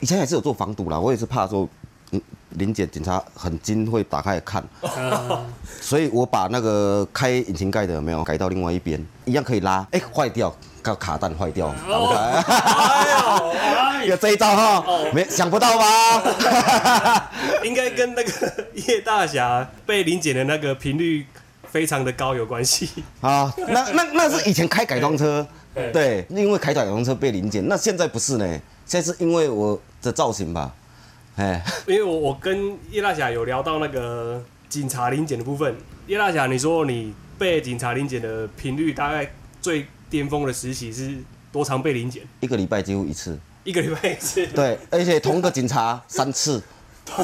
Speaker 2: 以前也是有做防堵啦，我也是怕说，嗯，林检警察很精会打开来
Speaker 3: [LAUGHS]
Speaker 2: 看，
Speaker 3: 呃
Speaker 2: 所以我把那个开引擎盖的有没有改到另外一边，一样可以拉，哎、坏掉，卡卡弹坏掉，打
Speaker 3: 哦
Speaker 2: 不开，[LAUGHS]
Speaker 3: 哎
Speaker 2: 有这一招哈，没想不到吧？ [LAUGHS]
Speaker 1: 应该跟那个叶大侠被林检的那个频率非常的高有关系。 [LAUGHS]
Speaker 2: 啊，那那那是以前开改装车，
Speaker 1: 对
Speaker 2: 对，因为开改装车被临检，那现在不是呢，现在是因为我的造型吧，哎、
Speaker 1: 因为我我跟叶大侠有聊到那个警察临检的部分，叶大侠，你说你被警察临检的频率大概最巅峰的时期是多长被临检？
Speaker 2: 一个礼拜几乎一次。
Speaker 1: 一个礼拜一次。 [LAUGHS]
Speaker 2: [LAUGHS] 对，而且同个警察三次， [LAUGHS]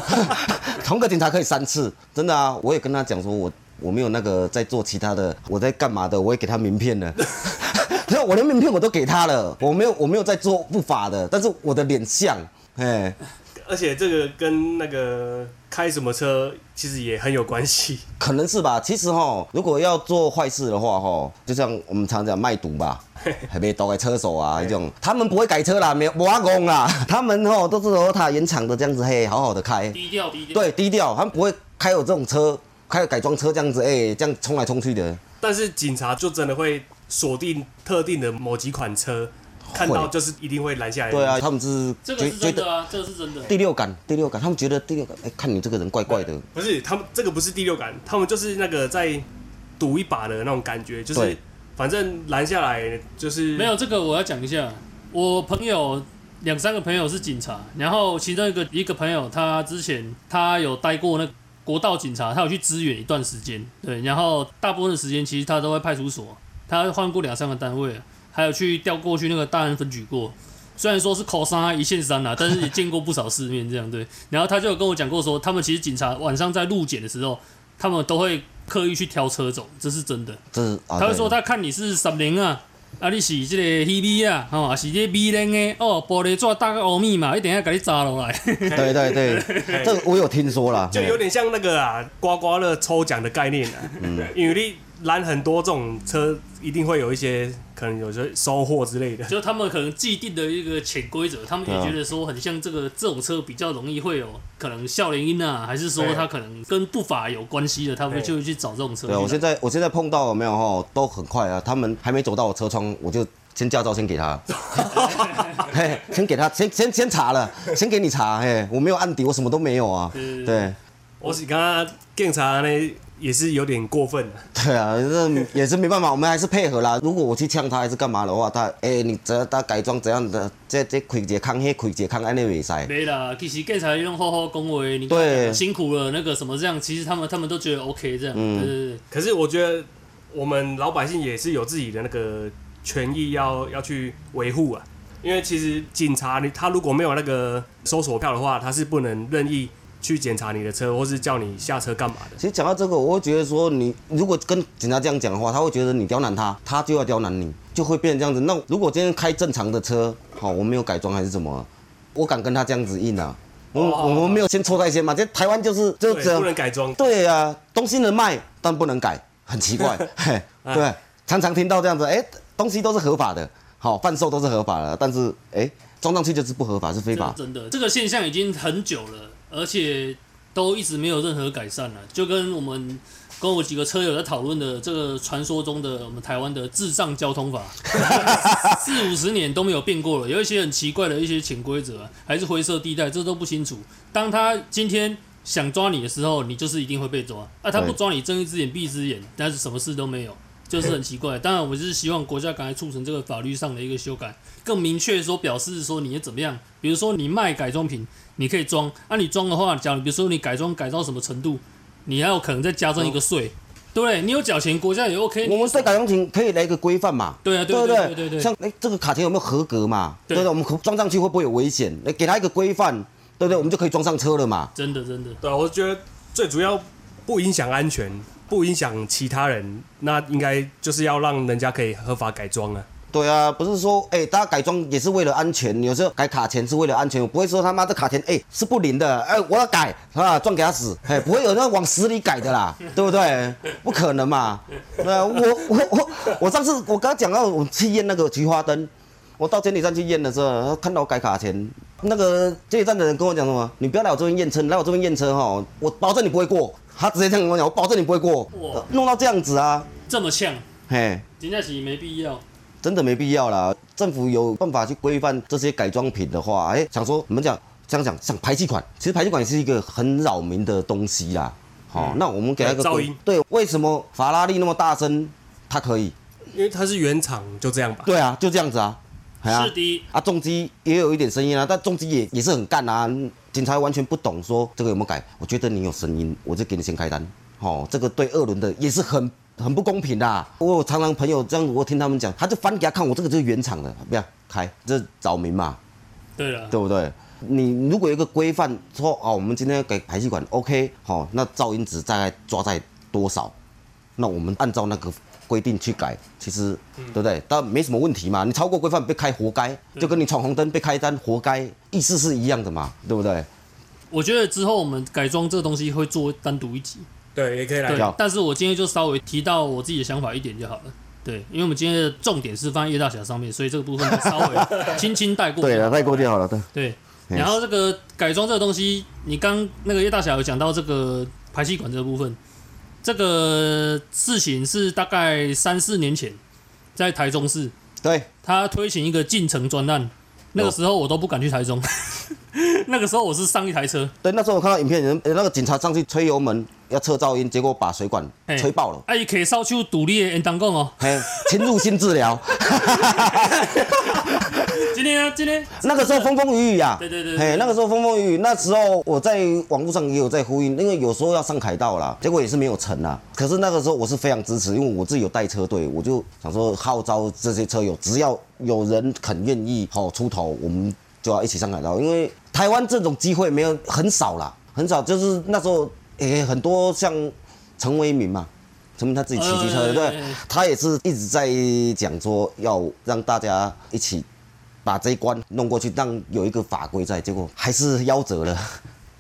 Speaker 2: 同个警察可以三次，真的啊！我也跟他讲说我，我没有那个在做其他的，我在干嘛的，我也给他名片了。 [LAUGHS] 那我的名片我都给他了，我没有我没有在做不法的，但是我的脸像，哎，
Speaker 1: 而且这个跟那个开什么车其实也很有关系。
Speaker 2: 可能是吧。其实哈，如果要做坏事的话哈，就像我们常讲卖毒吧，还被倒给车手啊这种，他们不会改车啦，没有没阿公啦，他们哈都是和他原厂的这样子嘿，好好的开。
Speaker 3: 低调低调。
Speaker 2: 对，低调，他们不会开我这种车，开我改装车这样子，哎、这样冲来冲去的，
Speaker 1: 但是警察就真的会锁定特定的某几款车，看到就是一定会拦下来。
Speaker 2: 对啊，，他们是
Speaker 3: 这个
Speaker 2: 觉
Speaker 3: 是
Speaker 2: 觉
Speaker 3: 真
Speaker 2: 得
Speaker 3: 的啊，这个是真的。
Speaker 2: 第六感，第六感，他们觉得第六感，哎、看你这个人怪怪的，
Speaker 1: 不是他们这个不是第六感，他们就是那个在赌一把的那种感觉，就是
Speaker 2: 对
Speaker 1: 反正拦下来就是
Speaker 3: 没有这个，我要讲一下。我朋友两三个朋友是警察，然后其中一个一个朋友，他之前他有待过那个国道警察，他有去支援一段时间，对，然后大部分的时间其实他都在派出所，他换过两三个单位，还有去调过去那个大安分局过。虽然说是口山啊一线山啦、但是也见过不少世面，这样对。然后他就有跟我讲过说，他们其实警察晚上在路检的时候，他们都会刻意去挑车走，这是真的。
Speaker 2: 这是啊，
Speaker 3: 他会
Speaker 2: 对
Speaker 3: 说他看你是十零啊，啊你是这个 T B 啊，吼、啊是这个 B 零的，哦，玻璃纸搭个欧米嘛，一定要给你砸落来。 [LAUGHS]
Speaker 2: 对对对，这个我有听说啦，
Speaker 1: 就有点像那个啊刮刮乐抽奖的概念啊，
Speaker 2: 嗯
Speaker 1: 因为你拦很多这种车，一定会有一些可能有些收获之
Speaker 2: [LAUGHS]
Speaker 1: 类的。
Speaker 3: 就他们可能既定的一个潜规则，他们也
Speaker 2: 对啊
Speaker 3: 觉得说很像这个这种车比较容易会有可能笑脸音啊，还是说
Speaker 1: 对
Speaker 3: 他可能跟不法有关系的，他们
Speaker 1: 对
Speaker 3: 就会去找这种车去
Speaker 2: 对
Speaker 3: 拦。
Speaker 2: 啊，我现在我现在碰到有没有哈，都很快啊，他们还没走到我车窗，我就先驾照先给
Speaker 3: [LAUGHS]
Speaker 2: 他，嘿，先给他先先先查了，先给你查，嘿，我没有案底，我什么都没有啊，
Speaker 3: 对
Speaker 2: 对。
Speaker 1: 我是刚刚警察呢也是有点过分了、
Speaker 2: 对啊，这也是没办法，我们还是配
Speaker 1: [LAUGHS]
Speaker 2: 合啦。如果我去呛他还是干嘛的话，他哎、你只要他改装怎样的，这这亏解康，那亏解康，安尼袂使。
Speaker 3: 没啦，其实警察用好好恭维你
Speaker 2: 对
Speaker 3: 辛苦了那个什么这样，其实他们他们都
Speaker 2: 嗯
Speaker 3: 觉得 OK 这样，对对对。
Speaker 1: 可是我觉得我们老百姓也是有自己的那个权益要要去维护啊。因为其实警察你他如果没有那个搜索票的话，他是不能任意去检查你的车，或是叫你下车干嘛的。
Speaker 2: 其实讲到这个，我会觉得说你，如果跟警察这样讲的话，他会觉得你刁难他，他就要刁难你，就会变成这样子。那如果今天开正常的车，好，我没有改装还是怎么，我敢跟他这样子硬啊？我
Speaker 1: 哦哦哦
Speaker 2: 我们没有先抽在先嘛，这台湾就是就
Speaker 1: 对
Speaker 2: 这样
Speaker 1: 不能改装。
Speaker 2: 对啊，东西能卖，但不能改，很奇
Speaker 3: [LAUGHS]
Speaker 2: 怪。嘿，
Speaker 3: 啊
Speaker 2: 对，常常听到这样子，哎、东西都是合法的，好，贩售都是合法的，但是哎，装、上去就是不合法，是非
Speaker 3: 这
Speaker 2: 法。
Speaker 3: 真的，这个现象已经很久了，而且都一直没有任何改善了。就跟我们跟我几个车友在讨论的这个传说中的我们台湾的智障交通法， [LAUGHS] 四五十年都没有变过了。有一些很奇怪的一些潜规则啊，还是灰色地带，这都不清楚。当他今天想抓你的时候，你就是一定会被抓。啊，他不
Speaker 2: 对
Speaker 3: 抓你，睁一只眼闭一只眼，但是什么事都没有。就是很奇怪，当然我就是希望国家赶快促成这个法律上的一个修改，更明确说表示说你怎么样，比如说你卖改装品，你可以装，啊你装的话，假如比如说你改装改到什么程度，你还有可能再加上一个税，对不对？你有缴钱，国家也 OK 你。
Speaker 2: 我们对改装品可以来一个规范嘛？
Speaker 3: 对啊对
Speaker 2: 不
Speaker 3: 对对对对
Speaker 2: 像哎、这个卡钳有没有合格嘛？
Speaker 3: 对
Speaker 2: 对不对？我们可装上去会不会有危险？来给他一个规范，对不对？我们就可以装上车了嘛？
Speaker 3: 真的真的，
Speaker 1: 对啊，我觉得最主要不影响安全，不影响其他人，那应该就是要让人家可以合法改装啊。
Speaker 2: 对啊，不是说哎、大家改装也是为了安全，有时候改卡钳是为了安全，我不会说他妈这卡钳哎、是不灵的，哎、我要改啊，撞给他死，哎、不会有那往死里改的啦，对不对？不可能嘛，对啊，我我我我上次我刚刚讲到我去验那个菊花灯，我到监理站去验的时候，他看到我改卡钳，那个监理站的人跟我讲什么？你不要来我这边验车，你来我这边验车哈，我保证你不会过。他直接这样跟我讲，我保证你不会过
Speaker 3: 哇，
Speaker 2: 弄到这样子啊，
Speaker 3: 这么呛，
Speaker 2: 嘿。
Speaker 3: 人家其实没必要。
Speaker 2: 真的没必要啦。政府有办法去规范这些改装品的话，哎、想说我们讲这样讲，像排气管，其实排气管也是一个很扰民的东西啦。好、那我们给它一个
Speaker 1: 对嗯
Speaker 2: 规
Speaker 1: 哎噪音
Speaker 2: 对，为什么法拉利那么大声，它可以？
Speaker 1: 因为它是原厂就这样吧。
Speaker 2: 对啊，就这样子啊，哎呀
Speaker 3: 是的，
Speaker 2: 啊，重机也有一点声音啊，但重机也也是很干啊，警察完全不懂说这个有没有改，我觉得你有声音，我就给你先开单。哦，这个对二轮的也是很很不公平的、啊。我有常常朋友这样，我听他们讲，他就翻给他看，我这个就是原厂的，不要开，这是扰民嘛，
Speaker 3: 对了，
Speaker 2: 对不对？你如果有一个规范说哦，我们今天要改排气管，OK，好、那噪音值大概抓在多少？那我们按照那个规定去改，其实、对不对？但没什么问题嘛。你超过规范被开活该，就跟你闯红灯被开单活该，意思是一样的嘛，对不对？
Speaker 3: 我觉得之后我们改装这个东西会做单独一集。
Speaker 1: 对，也可以来
Speaker 3: 对啊
Speaker 2: 好，
Speaker 3: 但是我今天就稍微提到我自己的想法一点就好了。对，因为我们今天的重点是放在叶大侠上面，所以这个部分就稍微 [LAUGHS] 轻轻带过。
Speaker 2: 对了，带过就好了。对，
Speaker 3: 对，然后这个改装这个东西，你刚那个叶大侠有讲到这个排气管这个部分，这个事情是大概三四年前在台中市，
Speaker 2: 对，
Speaker 3: 他推行一个进城专案，那个时候我都不敢去台中， [LAUGHS] 那个时候我是上一台车，
Speaker 2: 对。那时候我看到影片，人呃那个警察上去吹油门要测噪音，结果把水管
Speaker 3: 嘿
Speaker 2: 吹爆了。
Speaker 3: 啊，伊骑扫帚独立的人当讲哦，
Speaker 2: 嘿，侵入性治疗， [LAUGHS]
Speaker 3: 今天啊，今天
Speaker 2: 那个时候风风雨雨啊，
Speaker 3: 对对对对
Speaker 2: 嘿，那个时候风风雨雨，那时候我在网络上也有在呼应，因为有时候要上凯道啦，结果也是没有成啦。可是那个时候我是非常支持，因为我自己有带车队，我就想说号召这些车友，只要有人肯愿意好、出头，我们就要一起上凯道，因为台湾这种机会没有很少啦，很少，就是那时候也、很多像陈为民嘛。陈明他自己骑机车
Speaker 3: 哎
Speaker 2: 的，对，他也是一直在讲说要让大家一起把这一关弄过去，让有一个法规在，结果还是夭折了。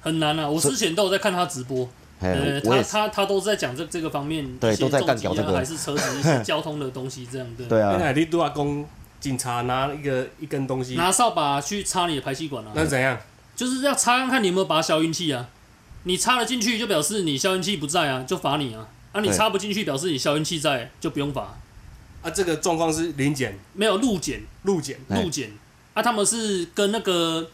Speaker 3: 很难啊！我之前都有在看他直播，呃，
Speaker 2: 哎嘿，我
Speaker 3: 他
Speaker 2: 也是，
Speaker 3: 他他都在讲这这个方面，
Speaker 2: 对
Speaker 3: 一些
Speaker 2: 都在干
Speaker 3: 重机啊
Speaker 2: 搞这个
Speaker 3: 还是车子一些交通的东西这样的。，
Speaker 2: 对
Speaker 1: 那
Speaker 2: 啊，
Speaker 1: 海地度阿公警察拿一个一根
Speaker 2: 嗯
Speaker 1: 东西，
Speaker 3: 拿扫把去插你的排气管啊，
Speaker 1: 那是怎样？
Speaker 3: 就是要插看看你有没有拔消音器啊。你插了进去就表示你消音器不在啊，就罚你啊。啊，你
Speaker 2: 对
Speaker 3: 插不进去表示你消音器在，就不用罚。
Speaker 1: 啊，这个状况是零检、
Speaker 3: 没有路检，
Speaker 1: 路检，
Speaker 2: 哎
Speaker 3: 路检啊，他们是跟那个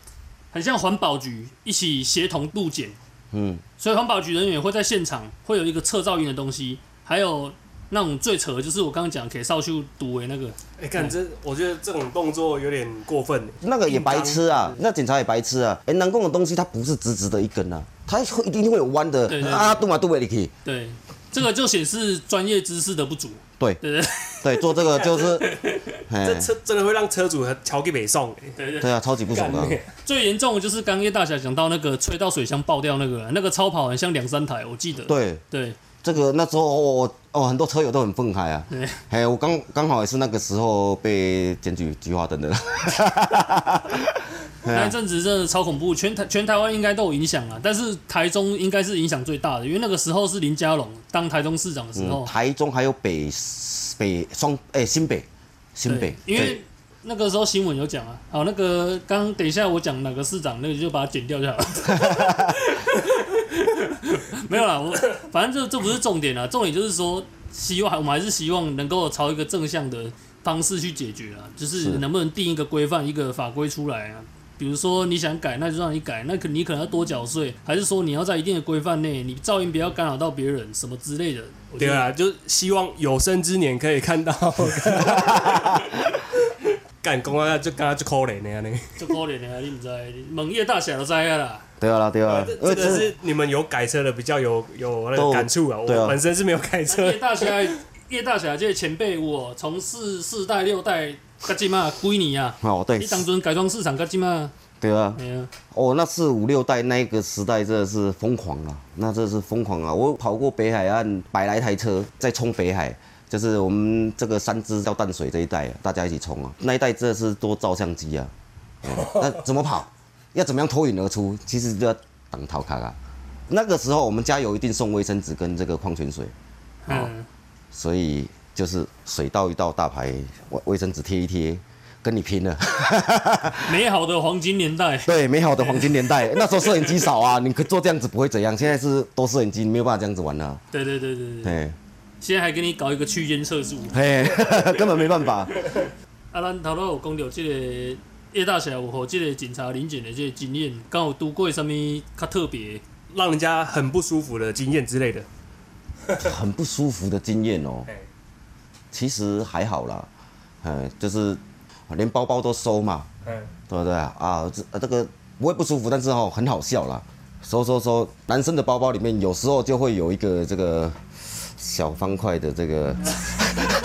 Speaker 3: 很像环保局一起协同路检，
Speaker 2: 嗯，
Speaker 3: 所以环保局人员会在现场会有一个测噪音的东西，还有那种最扯的就是我刚刚讲给少秀毒为那个，
Speaker 1: 哎，看这，我觉得这种动作有点过分。
Speaker 2: 那个也白痴啊，那警察也白痴啊。哎，南宫的东西它不是直直的一根啊，它会一定会有弯的
Speaker 3: 对对对
Speaker 2: 啊，杜马杜维里去。
Speaker 3: 对，这个就显示专业知识的不足。
Speaker 2: 对
Speaker 3: 对对
Speaker 2: 对，做这个
Speaker 3: [LAUGHS]
Speaker 2: 就是，
Speaker 1: 这
Speaker 2: 哎，
Speaker 1: 车真的会让车主和乔给北送、欸，
Speaker 3: 对对，
Speaker 2: 对啊，超级不爽
Speaker 1: 干
Speaker 2: 的啊。
Speaker 1: 欸
Speaker 3: 最严重的就是刚叶大侠讲到那个吹到水箱爆掉那个，那个超跑很像两三台，我记得。
Speaker 2: 对，
Speaker 3: 对
Speaker 2: 这个那时候我我哦，很多车友都很愤慨啊。
Speaker 3: 对，
Speaker 2: 哎，我刚刚好也是那个时候被检举菊花灯的，
Speaker 3: 那一阵子真的超恐怖，全台全台湾应该都有影响啊，但是台中应该是影响最大的，因为那个时候是林佳龙当台中市长的时候，
Speaker 2: 台中还有北北双哎新北新北
Speaker 3: 对，，因
Speaker 2: 对
Speaker 3: 为那个时候新闻有讲啊，好，那个刚等一下我讲哪个市长，那个就把它剪掉就好了。 [LAUGHS] 没有啦，我反正这这不是重点啊，重点就是说，希望我们还是希望能够朝一个正向的方式去解决啊，就是
Speaker 2: 是
Speaker 3: 能不能定一个规范、一个法规出来啊。比如说你想改，那就让你改，那可你可能要多缴税，还是说你要在一定的规范内，你噪音不要干扰到别人什么之类的。我觉
Speaker 1: 对
Speaker 3: 得
Speaker 1: 啊，就希望有生之年可以看到。 [LAUGHS] 干公安就刚刚就扣脸那样呢，
Speaker 3: 这可怜的啊，你不知道，猛业大侠都知道啦。
Speaker 2: 对啊啦对啊，
Speaker 1: 这
Speaker 2: 因为
Speaker 3: 呃
Speaker 1: 这个是你们有改车的比较有有那个
Speaker 2: 都
Speaker 1: 感触啊。我
Speaker 2: 对啊
Speaker 1: 本身是没有改车
Speaker 3: 叶，大侠，叶大侠这个前辈有哦，从四四代六代，到即嘛几年啊？
Speaker 2: 哦对
Speaker 3: 你当初改装市场到即嘛？
Speaker 2: 对啊，
Speaker 3: 哎呀，
Speaker 2: 哦，那四五六代那一个时代真的是疯狂啊，那真的是疯狂啊！我跑过北海岸百来台车在冲北海，就是我们这个三支到淡水这一带、啊，大家一起冲啊！那一带真的是多照相机啊，嗯那怎么跑？ [LAUGHS] 要怎么样脱颖而出？其实就要挡逃卡卡。那个时候我们家有一定送卫生纸跟这个矿泉水，
Speaker 3: 嗯，
Speaker 2: 所以就是水倒一倒大牌，卫卫生纸贴一贴，跟你拼了。
Speaker 3: 美好的黄金年代，
Speaker 2: 对，美好的黄金年代，那时候摄影机少啊，你可做这样子不会怎样。现在是多摄影机，你没有办法这样子玩了、啊。
Speaker 3: 对对对对对，
Speaker 2: 嘿，
Speaker 3: 现在还给你搞一个区间测速。
Speaker 2: 嘿， [LAUGHS] 根本没办法。
Speaker 3: 啊，咱头头有讲到这个叶大侠有和这个警察临检的这个经验，敢有拄过什么较特别？
Speaker 1: 让人家很不舒服的经验之类的。
Speaker 2: 很不舒服的经验哦。
Speaker 1: 哎
Speaker 2: 其实还好啦，嗯，就是连包包都收嘛，
Speaker 1: 嗯，
Speaker 2: 对不对啊？啊，这呃这个不会不舒服，但是哦，很好笑啦。收收收，男生的包包里面有时候就会有一个这个小方块的这个，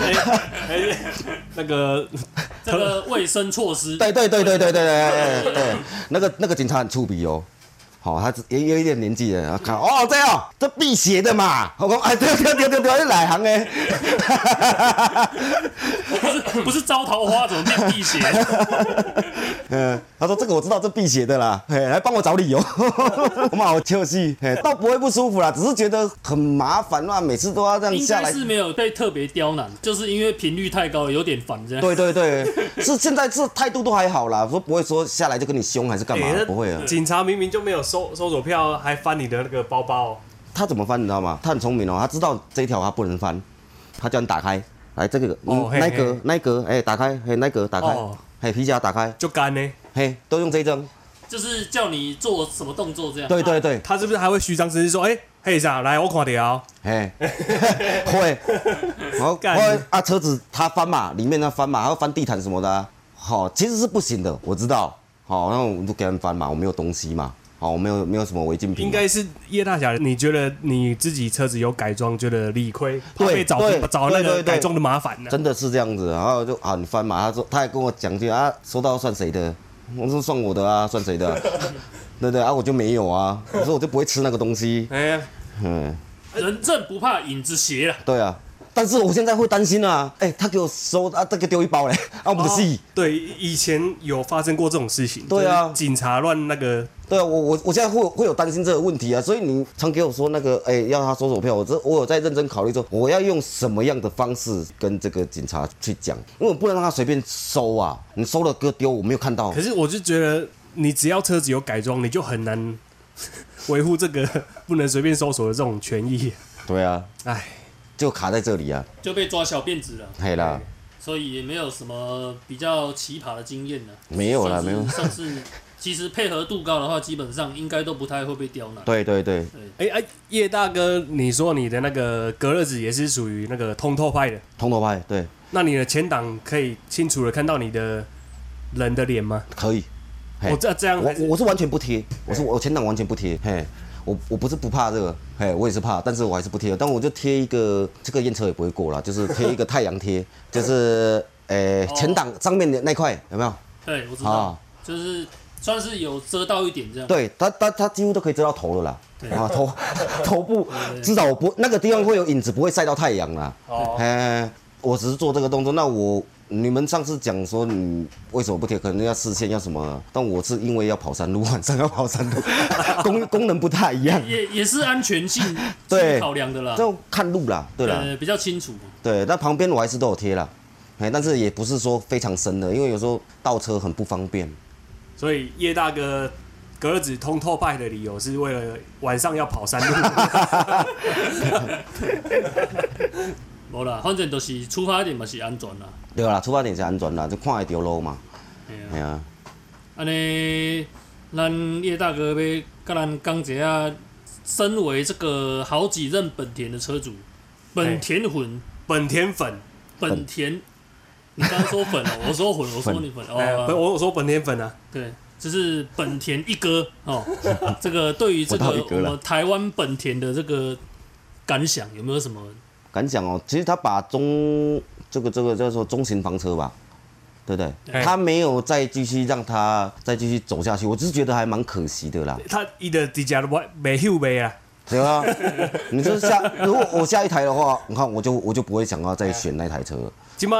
Speaker 1: 哎那个
Speaker 3: 这个卫生措施，
Speaker 2: 对对对对对对对对对，那个那个警察很粗鄙哦。好、他也也有一点年纪了，他看哦，这样、哦、这辟邪的嘛，我讲哎，对对对对对，哪行呢？
Speaker 3: 不是不是招桃花，怎么变辟邪？
Speaker 2: [LAUGHS] 嗯，他说这个我知道，这辟邪的啦，嘿，来帮我找理由， [LAUGHS] 我们好跳戏，嘿，倒不会不舒服啦，只是觉得很麻烦啦，每次都要这样
Speaker 3: 应
Speaker 2: 下
Speaker 3: 该
Speaker 2: 来。
Speaker 3: 是没有被特别刁难，就是因为频率太高，有点烦这样。
Speaker 2: 对对对，是现在这态度都还好啦，说不会说下来就跟你凶还是干嘛
Speaker 1: 哎，那
Speaker 2: 不会啊。
Speaker 1: 警察明明就没有收收走票，还翻你的那个包包哦、
Speaker 2: 他怎么翻你知道吗？他很聪明哦，他知道这一条他不能翻，他叫你打开，来这个，
Speaker 1: 哦
Speaker 2: 嗯，
Speaker 1: 嘿
Speaker 2: 那
Speaker 1: 嘿
Speaker 2: 个那个，哎，打开，嘿，那个打开
Speaker 1: 哦，
Speaker 2: 嘿，皮夹打开，
Speaker 1: 就干呢、
Speaker 2: 嘿，都用这一张。
Speaker 3: 就是叫你做什么动作这样。
Speaker 2: 对
Speaker 1: [LAUGHS]
Speaker 2: 对对，
Speaker 1: 他是不是还会虚张声势说：“哎、嘿啥，来我看掉、哦。
Speaker 2: 嘿，会，然后
Speaker 1: [LAUGHS] 干
Speaker 2: 会啊，车子他翻嘛，里面他翻嘛，还要翻地毯什么的、啊，好、其实是不行的，我知道，好、那我就给他们翻嘛，我没有东西嘛，好、我没有没有什么违禁品嘛，
Speaker 1: 应该是叶大侠，你觉得你自己车子有改装，觉得理亏，怕
Speaker 2: 对
Speaker 1: 被找
Speaker 2: 对
Speaker 1: 找那
Speaker 2: 对对
Speaker 1: 个
Speaker 2: 对
Speaker 1: 改装的麻烦呢、
Speaker 2: 真的是这样子，然后就啊，你翻嘛，他说他还跟我讲句啊，收到算谁的？我说算我的啊，算谁的啊、对不对啊，我就没有啊，我说我就不会吃那个东西，
Speaker 1: 哎呀、
Speaker 2: 嗯。
Speaker 3: 人正不怕影子斜啦，
Speaker 2: 对啊，但是我现在会担心啊，哎、他给我收啊，这个丢一包嘞，啊，我不是。
Speaker 1: 哦对，以前有发生过这种事情。
Speaker 2: 对啊
Speaker 1: 就是警察乱那个，
Speaker 2: 对啊，我我我现在会会有担心这个问题啊，所以你常给我说那个，哎、要他收手票，我这我有在认真考虑说，我要用什么样的方式跟这个警察去讲，因为我不能让他随便收啊，你收了哥丢，我没有看到
Speaker 1: 可，是我就觉得，你只要车子有改装，你就很难 [LAUGHS] 维护这个不能随便搜索的这种权益。
Speaker 2: 对啊，
Speaker 1: 哎，
Speaker 2: 就卡在这里啊，
Speaker 3: 就被抓小辫子了，
Speaker 2: 嘿啦，
Speaker 3: 所以也没有什么比较奇葩的经验了。
Speaker 2: 没有啦
Speaker 3: 算是
Speaker 2: 没有
Speaker 3: 算是其实配合度高的话，基本上应该都不太会被刁难。
Speaker 2: 对对对，
Speaker 1: 哎哎，叶大哥，你说你的那个隔热纸也是属于那个通透派的，
Speaker 2: 通头拍，对，
Speaker 1: 那你的前挡可以清楚的看到你的人的脸吗？哦
Speaker 2: 可以，嘿
Speaker 1: 我这这样还
Speaker 2: 我
Speaker 1: 是
Speaker 2: 我是完全不贴，我是我前挡完全不贴，嘿，我我不是不怕这个，嘿，我也是怕，但是我还是不贴，但我就贴一个，这个验车也不会过啦，就是贴一个太阳贴， [LAUGHS] 就是诶、前挡上面的那块有没有？
Speaker 3: 对，哦我知
Speaker 2: 啊
Speaker 3: 道，就是算是有遮到一点这样。
Speaker 2: 对，它它它几乎都可以遮到头了啦。
Speaker 3: 对
Speaker 2: 啊，头头部至少我不那个地方会有影子，不会晒到太阳啦。
Speaker 1: 哦
Speaker 2: 哎，我只是做这个动作。那我你们上次讲说你为什么不贴，可能要视线要什么，但我是因为要跑山路， [LAUGHS] 晚上要跑山路，功功能不太一样，
Speaker 3: 也也是安全性
Speaker 2: [LAUGHS] 对
Speaker 3: 去考量的啦，
Speaker 2: 就看路啦，对啦，
Speaker 3: 呃，比较清楚。
Speaker 2: 对。那旁边我还是都有贴啦，哎，但是也不是说非常深的，因为有时候倒车很不方便。
Speaker 1: 所以叶大哥格子通透派的理由是为了晚上要跑山路。
Speaker 3: 无啦，反正都是出发点嘛是安全啦。
Speaker 2: 对啦，出发点是安全啦，就看会到路嘛，
Speaker 3: 嘿啊
Speaker 2: 哎呀、
Speaker 3: 安尼，咱叶大哥要甲咱讲一下，身为这个好几任本田的车主，本田魂，
Speaker 1: 本田粉，
Speaker 3: 本田，你刚刚说粉哦，我说混，
Speaker 2: [LAUGHS]
Speaker 3: 我说你粉
Speaker 1: 哎、
Speaker 3: 哦，
Speaker 1: 不我我说本田粉啊，
Speaker 3: 对，就是本田一哥
Speaker 2: [LAUGHS]
Speaker 3: 哦。这个对于这个
Speaker 2: 我到一哥
Speaker 3: 我
Speaker 2: 了
Speaker 3: 们台湾本田的这个感想，有没有什么？
Speaker 2: 敢讲哦，其实他把中这个这个叫做中型房车吧，对不
Speaker 1: 哎
Speaker 2: 对？他没有再继续让他再继续走下去，我只是觉得还蛮可惜的啦。
Speaker 1: 他伊的底价都不没休呗啊，
Speaker 2: 对啊，你说下如果我下一台的话，你看我就我就不会想要再选那台车了。
Speaker 1: 起码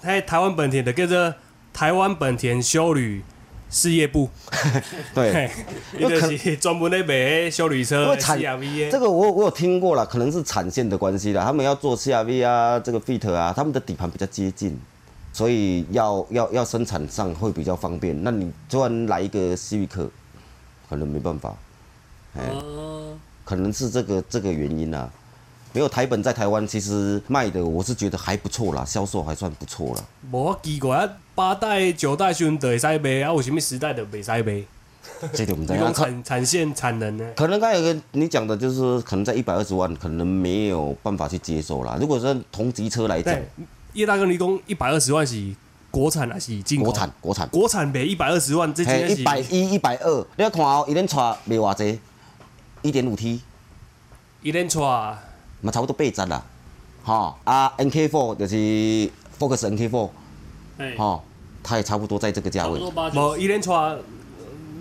Speaker 1: 台台湾本田的叫做台湾本田修旅事业部，
Speaker 2: 对
Speaker 1: [LAUGHS] 嘿，伊就是专门咧卖那修旅
Speaker 2: 因
Speaker 1: 车
Speaker 2: 为
Speaker 1: 的
Speaker 2: 产
Speaker 1: CRV
Speaker 2: 这
Speaker 1: 的。
Speaker 2: 个我我有听过啦，可能是产线的关系啦，他们要做 CRV 啊，这个 Fit 啊，他们的底盘比较接近，所以要要要生产上会比较方便。那你突然来一个 Civic，可能没办法。哎
Speaker 3: 呃，
Speaker 2: 可能是这个这个原因啊。没有台本在台湾，其实卖的我是觉得还不错啦，销售还算不错啦。
Speaker 1: [LAUGHS] 无我奇怪，啊八代、九代时阵就会使卖，啊，有啥物时代就袂使卖？
Speaker 2: 这点我们
Speaker 1: 你
Speaker 2: 再
Speaker 1: 讲
Speaker 2: 看。
Speaker 1: 产产线、产能呢？
Speaker 2: 可能刚才有个你讲的，就是可能在一百二十万，可能没有办法去接受啦。如果是同级车来讲
Speaker 1: 对，，叶大哥，你讲一百二十万是国产还是进口？
Speaker 2: 国产，国产，
Speaker 1: 国产卖一百二十万，这
Speaker 2: 嘿，
Speaker 1: 件
Speaker 2: 一百一、一百二，你要看哦，一连带卖偌济，一点五 T，
Speaker 1: 一连串啊
Speaker 2: 嘛差不多八十啦，吼啊，NK Four 就是 Focus NK Four，
Speaker 3: 哎，
Speaker 2: 吼，它也差不多在这个价
Speaker 3: 差不
Speaker 2: 位，
Speaker 3: 多八九
Speaker 1: 无
Speaker 3: 十，
Speaker 1: 一连串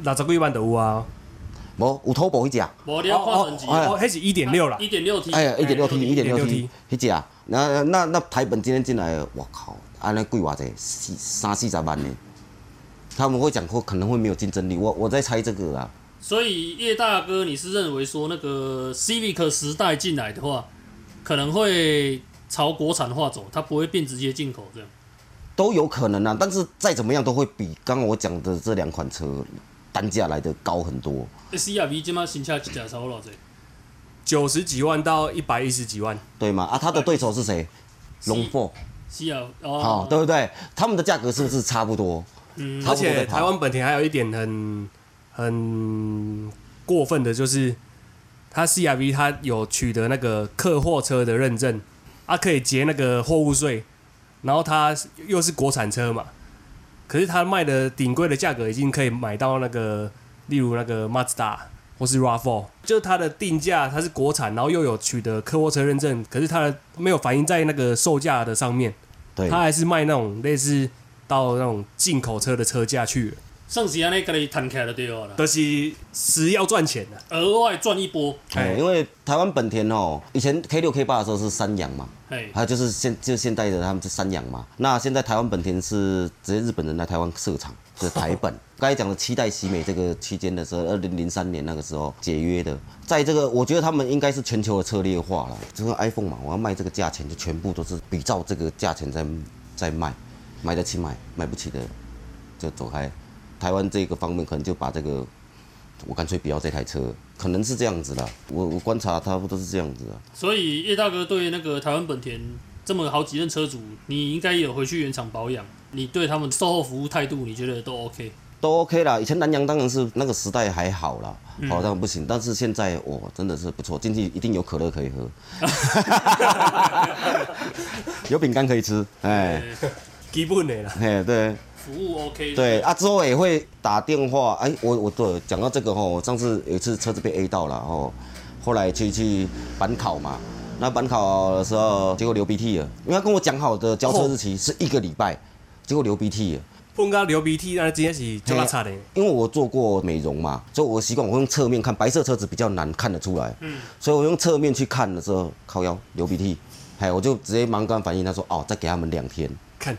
Speaker 1: 六十几万就有啊。
Speaker 2: 无有 Turbo 迄只。
Speaker 3: 无你要跨等级，
Speaker 2: 哎
Speaker 1: 哦，迄是一点六啦
Speaker 3: 一，点六 T，
Speaker 2: 哎呀，一点六 T，一点六
Speaker 1: 1.6T
Speaker 2: T，迄只啊，那那那台本今天进来，我靠，安尼贵偌济，四三四十万呢。他们会讲过可能会没有竞争力，我我在猜这个啊。
Speaker 3: 所以叶大哥，你是认为说那个 Civic 时代进来的话，可能会朝国产化走，它不会变直接进口这样。
Speaker 2: 都有可能啊，但是再怎么样都会比刚刚我讲的这两款车单价来的高很多。
Speaker 3: 欸 CRV 今麦新车一只差不多多少？
Speaker 1: 九十几万到一百一十几万。
Speaker 2: 对吗？啊，他的对手是谁？龙 four，
Speaker 3: CR
Speaker 2: 好、
Speaker 3: 哦，
Speaker 2: 对不对？他们的价格是不是差不多？
Speaker 3: 嗯
Speaker 2: 差
Speaker 1: 而
Speaker 2: 不多
Speaker 1: 且
Speaker 2: 在
Speaker 1: 台
Speaker 2: 跑。
Speaker 1: 湾本田还有一点很很过分的，就是它 CRV 它有取得那个客货车的认证，它、可以结那个货物税，然后它又是国产车嘛，可是它卖的顶贵的价格已经可以买到那个，例如那个 Mazda 或是 RAV4，就是它的定价它是国产，然后又有取得客货车认证，可是它的没有反映在那个售价的上面。
Speaker 2: 对，
Speaker 1: 他还是卖那种类似到那种进口车的车价去了，
Speaker 3: 算是安尼给你摊开就对了啦，
Speaker 1: 但是是要赚钱的。
Speaker 3: 额外赚一波，
Speaker 2: 哎，因为台湾本田哦，以前 K 六 K 八的时候是三洋嘛，
Speaker 3: 嘿，
Speaker 2: 还有就是现就现代的他们是三洋嘛，那现在台湾本田是直接日本人来台湾设厂，就是台本。刚才讲的七代喜美这个期间的时候，二零零三年那个时候解约的，在这个我觉得他们应该是全球的策略化了，就跟 iPhone 嘛，我要卖这个价钱就全部都是比照这个价钱在在卖，买得起买，买不起的就走开。台湾这个方面可能就把这个，我干脆不要这台车，可能是这样子的。我我观察差不多是这样子啊的。
Speaker 3: 所以叶大哥对那个台湾本田这么好几任车主，你应该也有回去原厂保养，你对他们售后服务态度，你觉得都 OK？
Speaker 2: 都 OK 啦。以前南洋当然是那个时代还好啦，好、当然不行。但是现在我、哦真的是不错，进去一定有可乐可以喝，有饼干可以吃，哎、
Speaker 3: 欸
Speaker 1: 基本的啦。
Speaker 2: 嘿，对
Speaker 3: 服务 OK 的
Speaker 2: 对，啊，之后也会打电话。哎，我我对，讲到这个吼，我上次有一次车子被 A 到了哦，后来去去板考嘛，那板考的时候结果流鼻涕了，因为他跟我讲好的交车日期是一个礼拜，结果流鼻涕了。
Speaker 1: 碰到流鼻涕，那真的是就拉差的。
Speaker 2: 因为我做过美容嘛，所以我习惯我用侧面看，白色车子比较难看得出来，嗯，所以我用侧面去看的时候，靠腰流鼻涕，哎，我就直接忙跟他反映，他说哦，再给他们两天，
Speaker 1: 看，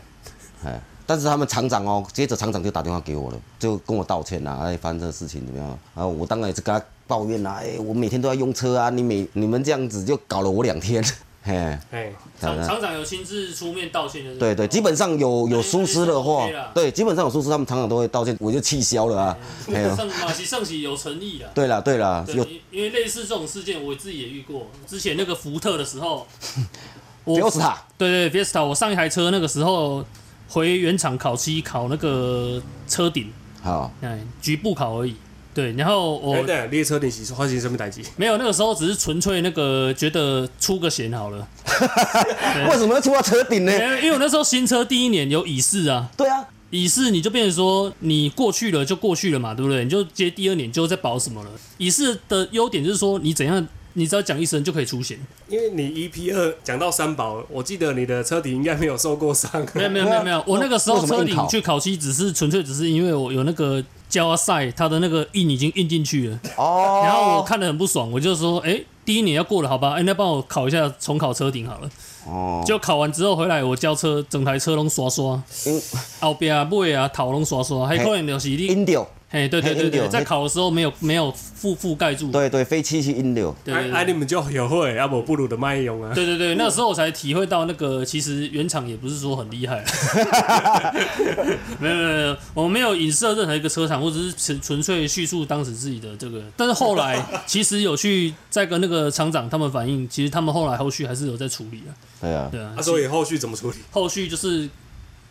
Speaker 2: 哎，但是他们厂长哦，接着厂长就打电话给我了，就跟我道歉啦、哎，发生这个事情怎么样？然后我当然也是跟他抱怨啦、哎，我每天都要用车啊，你每你们这样子就搞了我两天，嘿，
Speaker 1: 哎，
Speaker 3: 厂厂长有亲自出面道歉的，
Speaker 2: 对对，基本上有有疏失的话
Speaker 3: 那也是啊 OK 啦，
Speaker 2: 对，基本上有疏失，他们厂长都会道歉，我就气消了啊，哎呦，
Speaker 3: 上马西上喜有诚意的。
Speaker 2: 对啦对啦，
Speaker 3: 对
Speaker 2: 有，
Speaker 3: 因因为类似这种事件，我自己也遇过。之前那个福特的时候，我
Speaker 2: 丢死啊他。
Speaker 3: 对对，Fiesta，我上一台车那个时候回原厂烤漆，烤那个车顶，
Speaker 2: 好，
Speaker 3: 哎，局部烤而已。对，然后我、
Speaker 1: 哎，对，列车练习发生什么代志？
Speaker 3: 没有那个时候只是纯粹那个觉得出个险好了，
Speaker 2: 为什么要出到车顶呢？
Speaker 3: 因为因为我那时候新车第一年有乙式啊，
Speaker 2: 对啊，
Speaker 3: 乙式你就变成说你过去了就过去了嘛，对不对？你就接第二年就再保什么了。乙式的优点就是说你怎样，你只要讲一声就可以出险。
Speaker 1: 因为你 EP 二讲到三宝，我记得你的车底应该没有受过伤。 [LAUGHS] 啊
Speaker 3: 没有没有没有没有，我那个时
Speaker 2: 啊为
Speaker 3: 候
Speaker 2: 什么
Speaker 3: 车
Speaker 2: 硬
Speaker 3: 顶
Speaker 2: 烤
Speaker 3: 去烤漆，只是纯粹只是因为我有那个胶塞，它的那个印已经印进去了，
Speaker 2: 哦，
Speaker 3: 然后我看得很不爽，我就说，哎、第一年要过了，好吧，哎、那帮我烤一下重烤车顶好了。
Speaker 2: 哦，
Speaker 3: 就烤完之后回来，我交车，整台车拢刷刷，
Speaker 2: 因
Speaker 3: 后边啊尾啊头拢刷刷，还可能就是你，
Speaker 2: 因流，
Speaker 3: 嘿，对对
Speaker 2: 哎嘿
Speaker 3: 对
Speaker 2: 对
Speaker 3: 对，
Speaker 2: 对
Speaker 3: 在烤的时候没有没有覆覆盖住，
Speaker 2: 对对，非七系因流，
Speaker 3: 对
Speaker 1: 哎
Speaker 3: 对
Speaker 1: 哎，
Speaker 3: 对
Speaker 1: 你们就有会，要不不如的卖用啊。
Speaker 3: 对对对，那时候我才体会到那个其实原厂也不是说很厉害， [LAUGHS] 没有没有没有，我没有影射任何一个车厂，我只是纯纯粹叙述当时自己的这个，但是后来其实有去再跟那个厂长他们反映，其实他们后来后续还是有在处理啊，
Speaker 2: 对啊，
Speaker 3: 对啊
Speaker 1: 啊，，所以后续怎么处理？
Speaker 3: 后续就是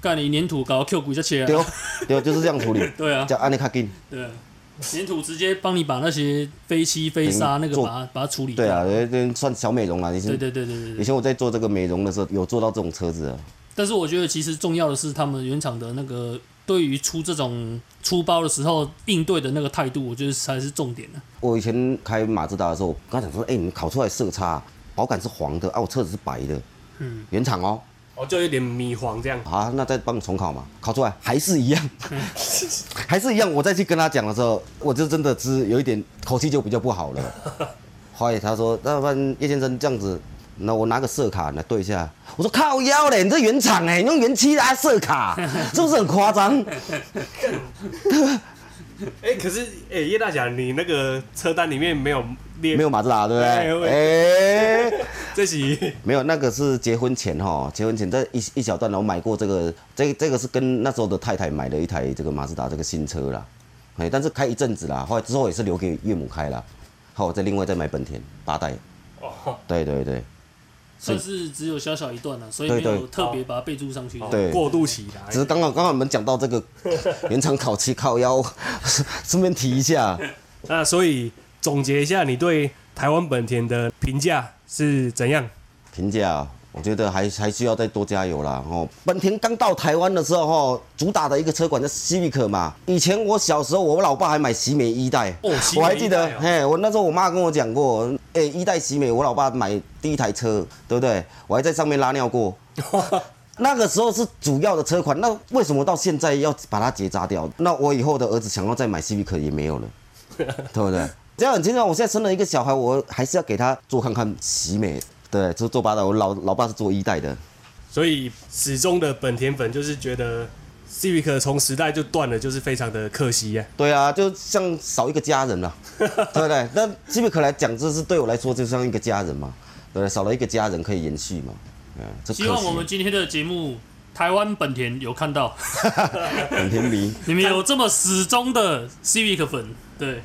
Speaker 3: 干你粘土搞 Q 骨这些啊，
Speaker 2: 丢丢哦就是这样处
Speaker 3: [LAUGHS]
Speaker 2: 理，
Speaker 3: 对啊。
Speaker 2: 叫安利卡金，
Speaker 3: 对，粘土直接帮你把那些飞漆、飞沙那个把它把它处理掉。
Speaker 2: 嗯对啊，这这算小美容啦，以
Speaker 3: 对
Speaker 2: 前
Speaker 3: 对对对对
Speaker 2: 以
Speaker 3: 对。
Speaker 2: 前我在做这个美容的时候，有做到这种车子啊，
Speaker 3: 但是我觉得其实重要的是他们原厂的那个对于出这种出包的时候应对的那个态度，我觉得才是重点的、啊
Speaker 2: 我以前开马自达的时候，我跟他讲说，哎，你们烤出来色差，保杆是黄的，啊，我车子是白的，嗯，原厂哦，
Speaker 1: 哦，就有点米黄这样。
Speaker 2: 好啊，那再帮你重考嘛，考出来还是一样， [LAUGHS] 还是一样。我再去跟他讲的时候，我就真的是有一点口气就比较不好了。后来他说：“那不然叶先生这样子，那我拿个色卡来对一下。”我说：“靠腰嘞，你这原厂哎、你用原漆拉色卡，是不是很夸张？
Speaker 1: 哎、可是哎，叶、大侠，你那个车单里面没有列，
Speaker 2: 没有马自达对不
Speaker 1: 哎
Speaker 2: 对？
Speaker 1: 我
Speaker 2: 哎、
Speaker 1: 这是
Speaker 2: 没有，那个是结婚前哈，结婚前在一一小段然后买过这个，这这个是跟那时候的太太买了一台这个马自达这个新车啦，哎，但是开一阵子啦，后来之后也是留给岳母开啦，好，我再另外再买本田八代，
Speaker 1: 哦，
Speaker 2: 对对对
Speaker 3: 算是只有小小一段了、啊所以
Speaker 2: 对
Speaker 3: 没
Speaker 2: 对
Speaker 3: 有特别把它备注上去。
Speaker 2: 对
Speaker 1: 过渡期啦。
Speaker 2: 只是刚好刚好我们讲到这个 [LAUGHS] 原厂烤漆靠腰， [LAUGHS] 顺便提一下，
Speaker 1: 那所以总结一下，你对台湾本田的评价是怎样？
Speaker 2: 评价，我觉得还还需要再多加油啦。哦，本田刚到台湾的时候，哦，主打的一个车款叫 Civic 嘛。以前我小时候，我老爸还买喜美一代，
Speaker 1: 哦喜美一代哦
Speaker 2: 我还记得，嘿，我那时候我妈跟我讲过，哎、一代喜美，我老爸买第一台车，对不对？我还在上面拉尿过。那个时候是主要的车款，那为什么到现在要把它结扎掉？那我以后的儿子想要再买 Civic 也没有
Speaker 3: [LAUGHS]
Speaker 2: 了。对不对？这样很清楚。我现在生了一个小孩，我还是要给他做看看喜美。对，就做八代，我老老爸是做一代的。
Speaker 1: 所以始终的本田粉就是觉得 Civic 从时代就断了，就是非常的可惜呀、
Speaker 2: 对啊，就像少一个家人
Speaker 3: [LAUGHS]
Speaker 2: 了，对不对？那喜美可来讲，这是对我来说就像一个家人嘛，对不对？少了一个家人可以延续嘛，嗯，这可
Speaker 3: 希望我们
Speaker 2: 惜。
Speaker 3: 今天的节目。台湾本田有
Speaker 2: [LAUGHS]
Speaker 3: 看到，
Speaker 2: 很甜
Speaker 3: [LAUGHS]
Speaker 2: 蜜，
Speaker 3: 你们有这么始终的 Civic 粉，对，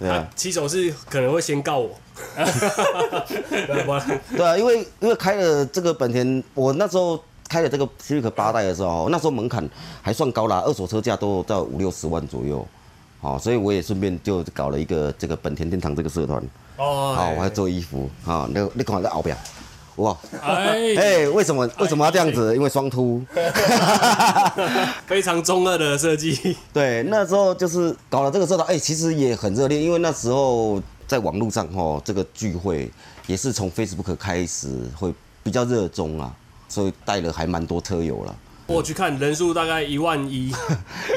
Speaker 2: 对啊
Speaker 1: 啊。，骑手是可能会先告我，对吧？
Speaker 2: [LAUGHS] 对啊，因为因为开了这个本田，我那时候开了这个 Civic 八代的时候，那时候门槛还算高啦，二手车价都到五六十万左右，好、所以我也顺便就搞了一个这个本田天堂这个社团，
Speaker 1: 哦，
Speaker 2: 哦好、我还做衣服，好、那那款在后边，哇，
Speaker 3: 哎，
Speaker 2: 哎，为什么为什么要这样子？因为双凸。
Speaker 1: 非常中二的设计，
Speaker 2: 对，那时候就是搞了这个社团，哎、其实也很热烈，因为那时候在网络上哦，这个聚会也是从 Facebook 开始会比较热衷啊，所以带了还蛮多车友了。
Speaker 1: 我去看人数大概一万
Speaker 2: [LAUGHS]
Speaker 1: 一，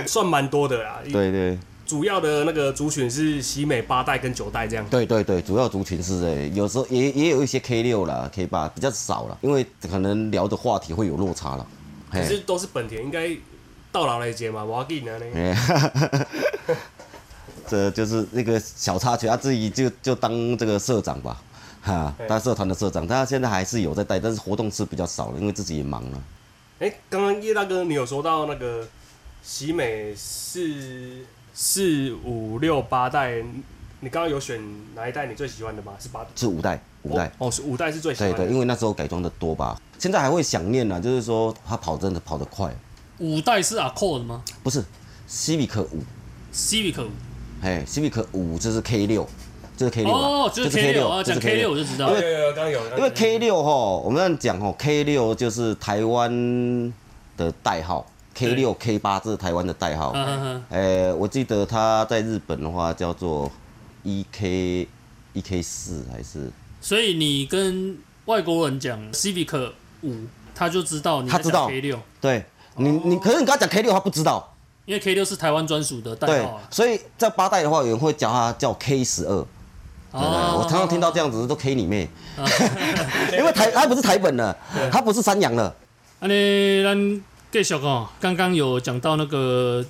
Speaker 1: 算蛮多的啦。
Speaker 2: 对对
Speaker 1: 主要的那个族群是喜美八代跟九代这样。
Speaker 2: 对对对，主要族群是哎、有时候也也有一些 K 六啦、K 八比较少了，因为可能聊的话题会有落差了。
Speaker 1: 可
Speaker 2: 嘿
Speaker 1: 是都是本田，应该到老来接嘛，我要给你呢。
Speaker 2: 哎，这就是那个小插曲，他啊自己就就当这个社长吧，哈
Speaker 1: 对，
Speaker 2: 当社团的社长，他现在还是有在带，但是活动是比较少了，因为自己也忙了。
Speaker 1: 哎，刚刚叶大哥，你有说到那个喜美四四五六八代，你刚刚有选哪一代你最喜欢的吗？是八
Speaker 2: 是五代，五代，
Speaker 1: 哦，是五代是最喜
Speaker 2: 对
Speaker 1: 欢的
Speaker 2: 对，。因为那时候改装的多吧，现在还会想念呢、啊就是说他跑真的跑得快，
Speaker 3: 五代是 Accord 的吗
Speaker 2: 不是，Civic 五，
Speaker 3: ？Civic 五
Speaker 2: 哎，Civic 五就是 K 六，就是 K 六、
Speaker 3: 哦，就是 K 六啊，
Speaker 2: 就
Speaker 3: 讲
Speaker 2: 是
Speaker 3: K 六我就知道
Speaker 1: 哦有
Speaker 3: 了。
Speaker 1: 有有，刚刚有，刚刚有
Speaker 2: 因为 K 六哈，我们这样讲哈，K 六就是台湾的代号，K 六 K 八这是台湾的代号。
Speaker 3: 嗯嗯嗯，
Speaker 2: 呃，我记得它在日本的话叫做 E K E K 四还是
Speaker 3: 所以你跟外国人讲 Civic 五，他就知道你在
Speaker 2: 他知道
Speaker 3: 讲 K 六，
Speaker 2: 对你你，可是你刚讲 K 六他不知道，
Speaker 3: 因为 K 六是台湾专属的代
Speaker 2: 对
Speaker 3: 号啊，。
Speaker 2: 所以在八代的话，有人会叫它叫 K 十二。对
Speaker 3: 哦
Speaker 2: 我常常听到这样子都 K 你妹，因为台它不是台本的，它不是山羊的，
Speaker 3: 安尼，咱啊继续哦。刚刚有讲到那个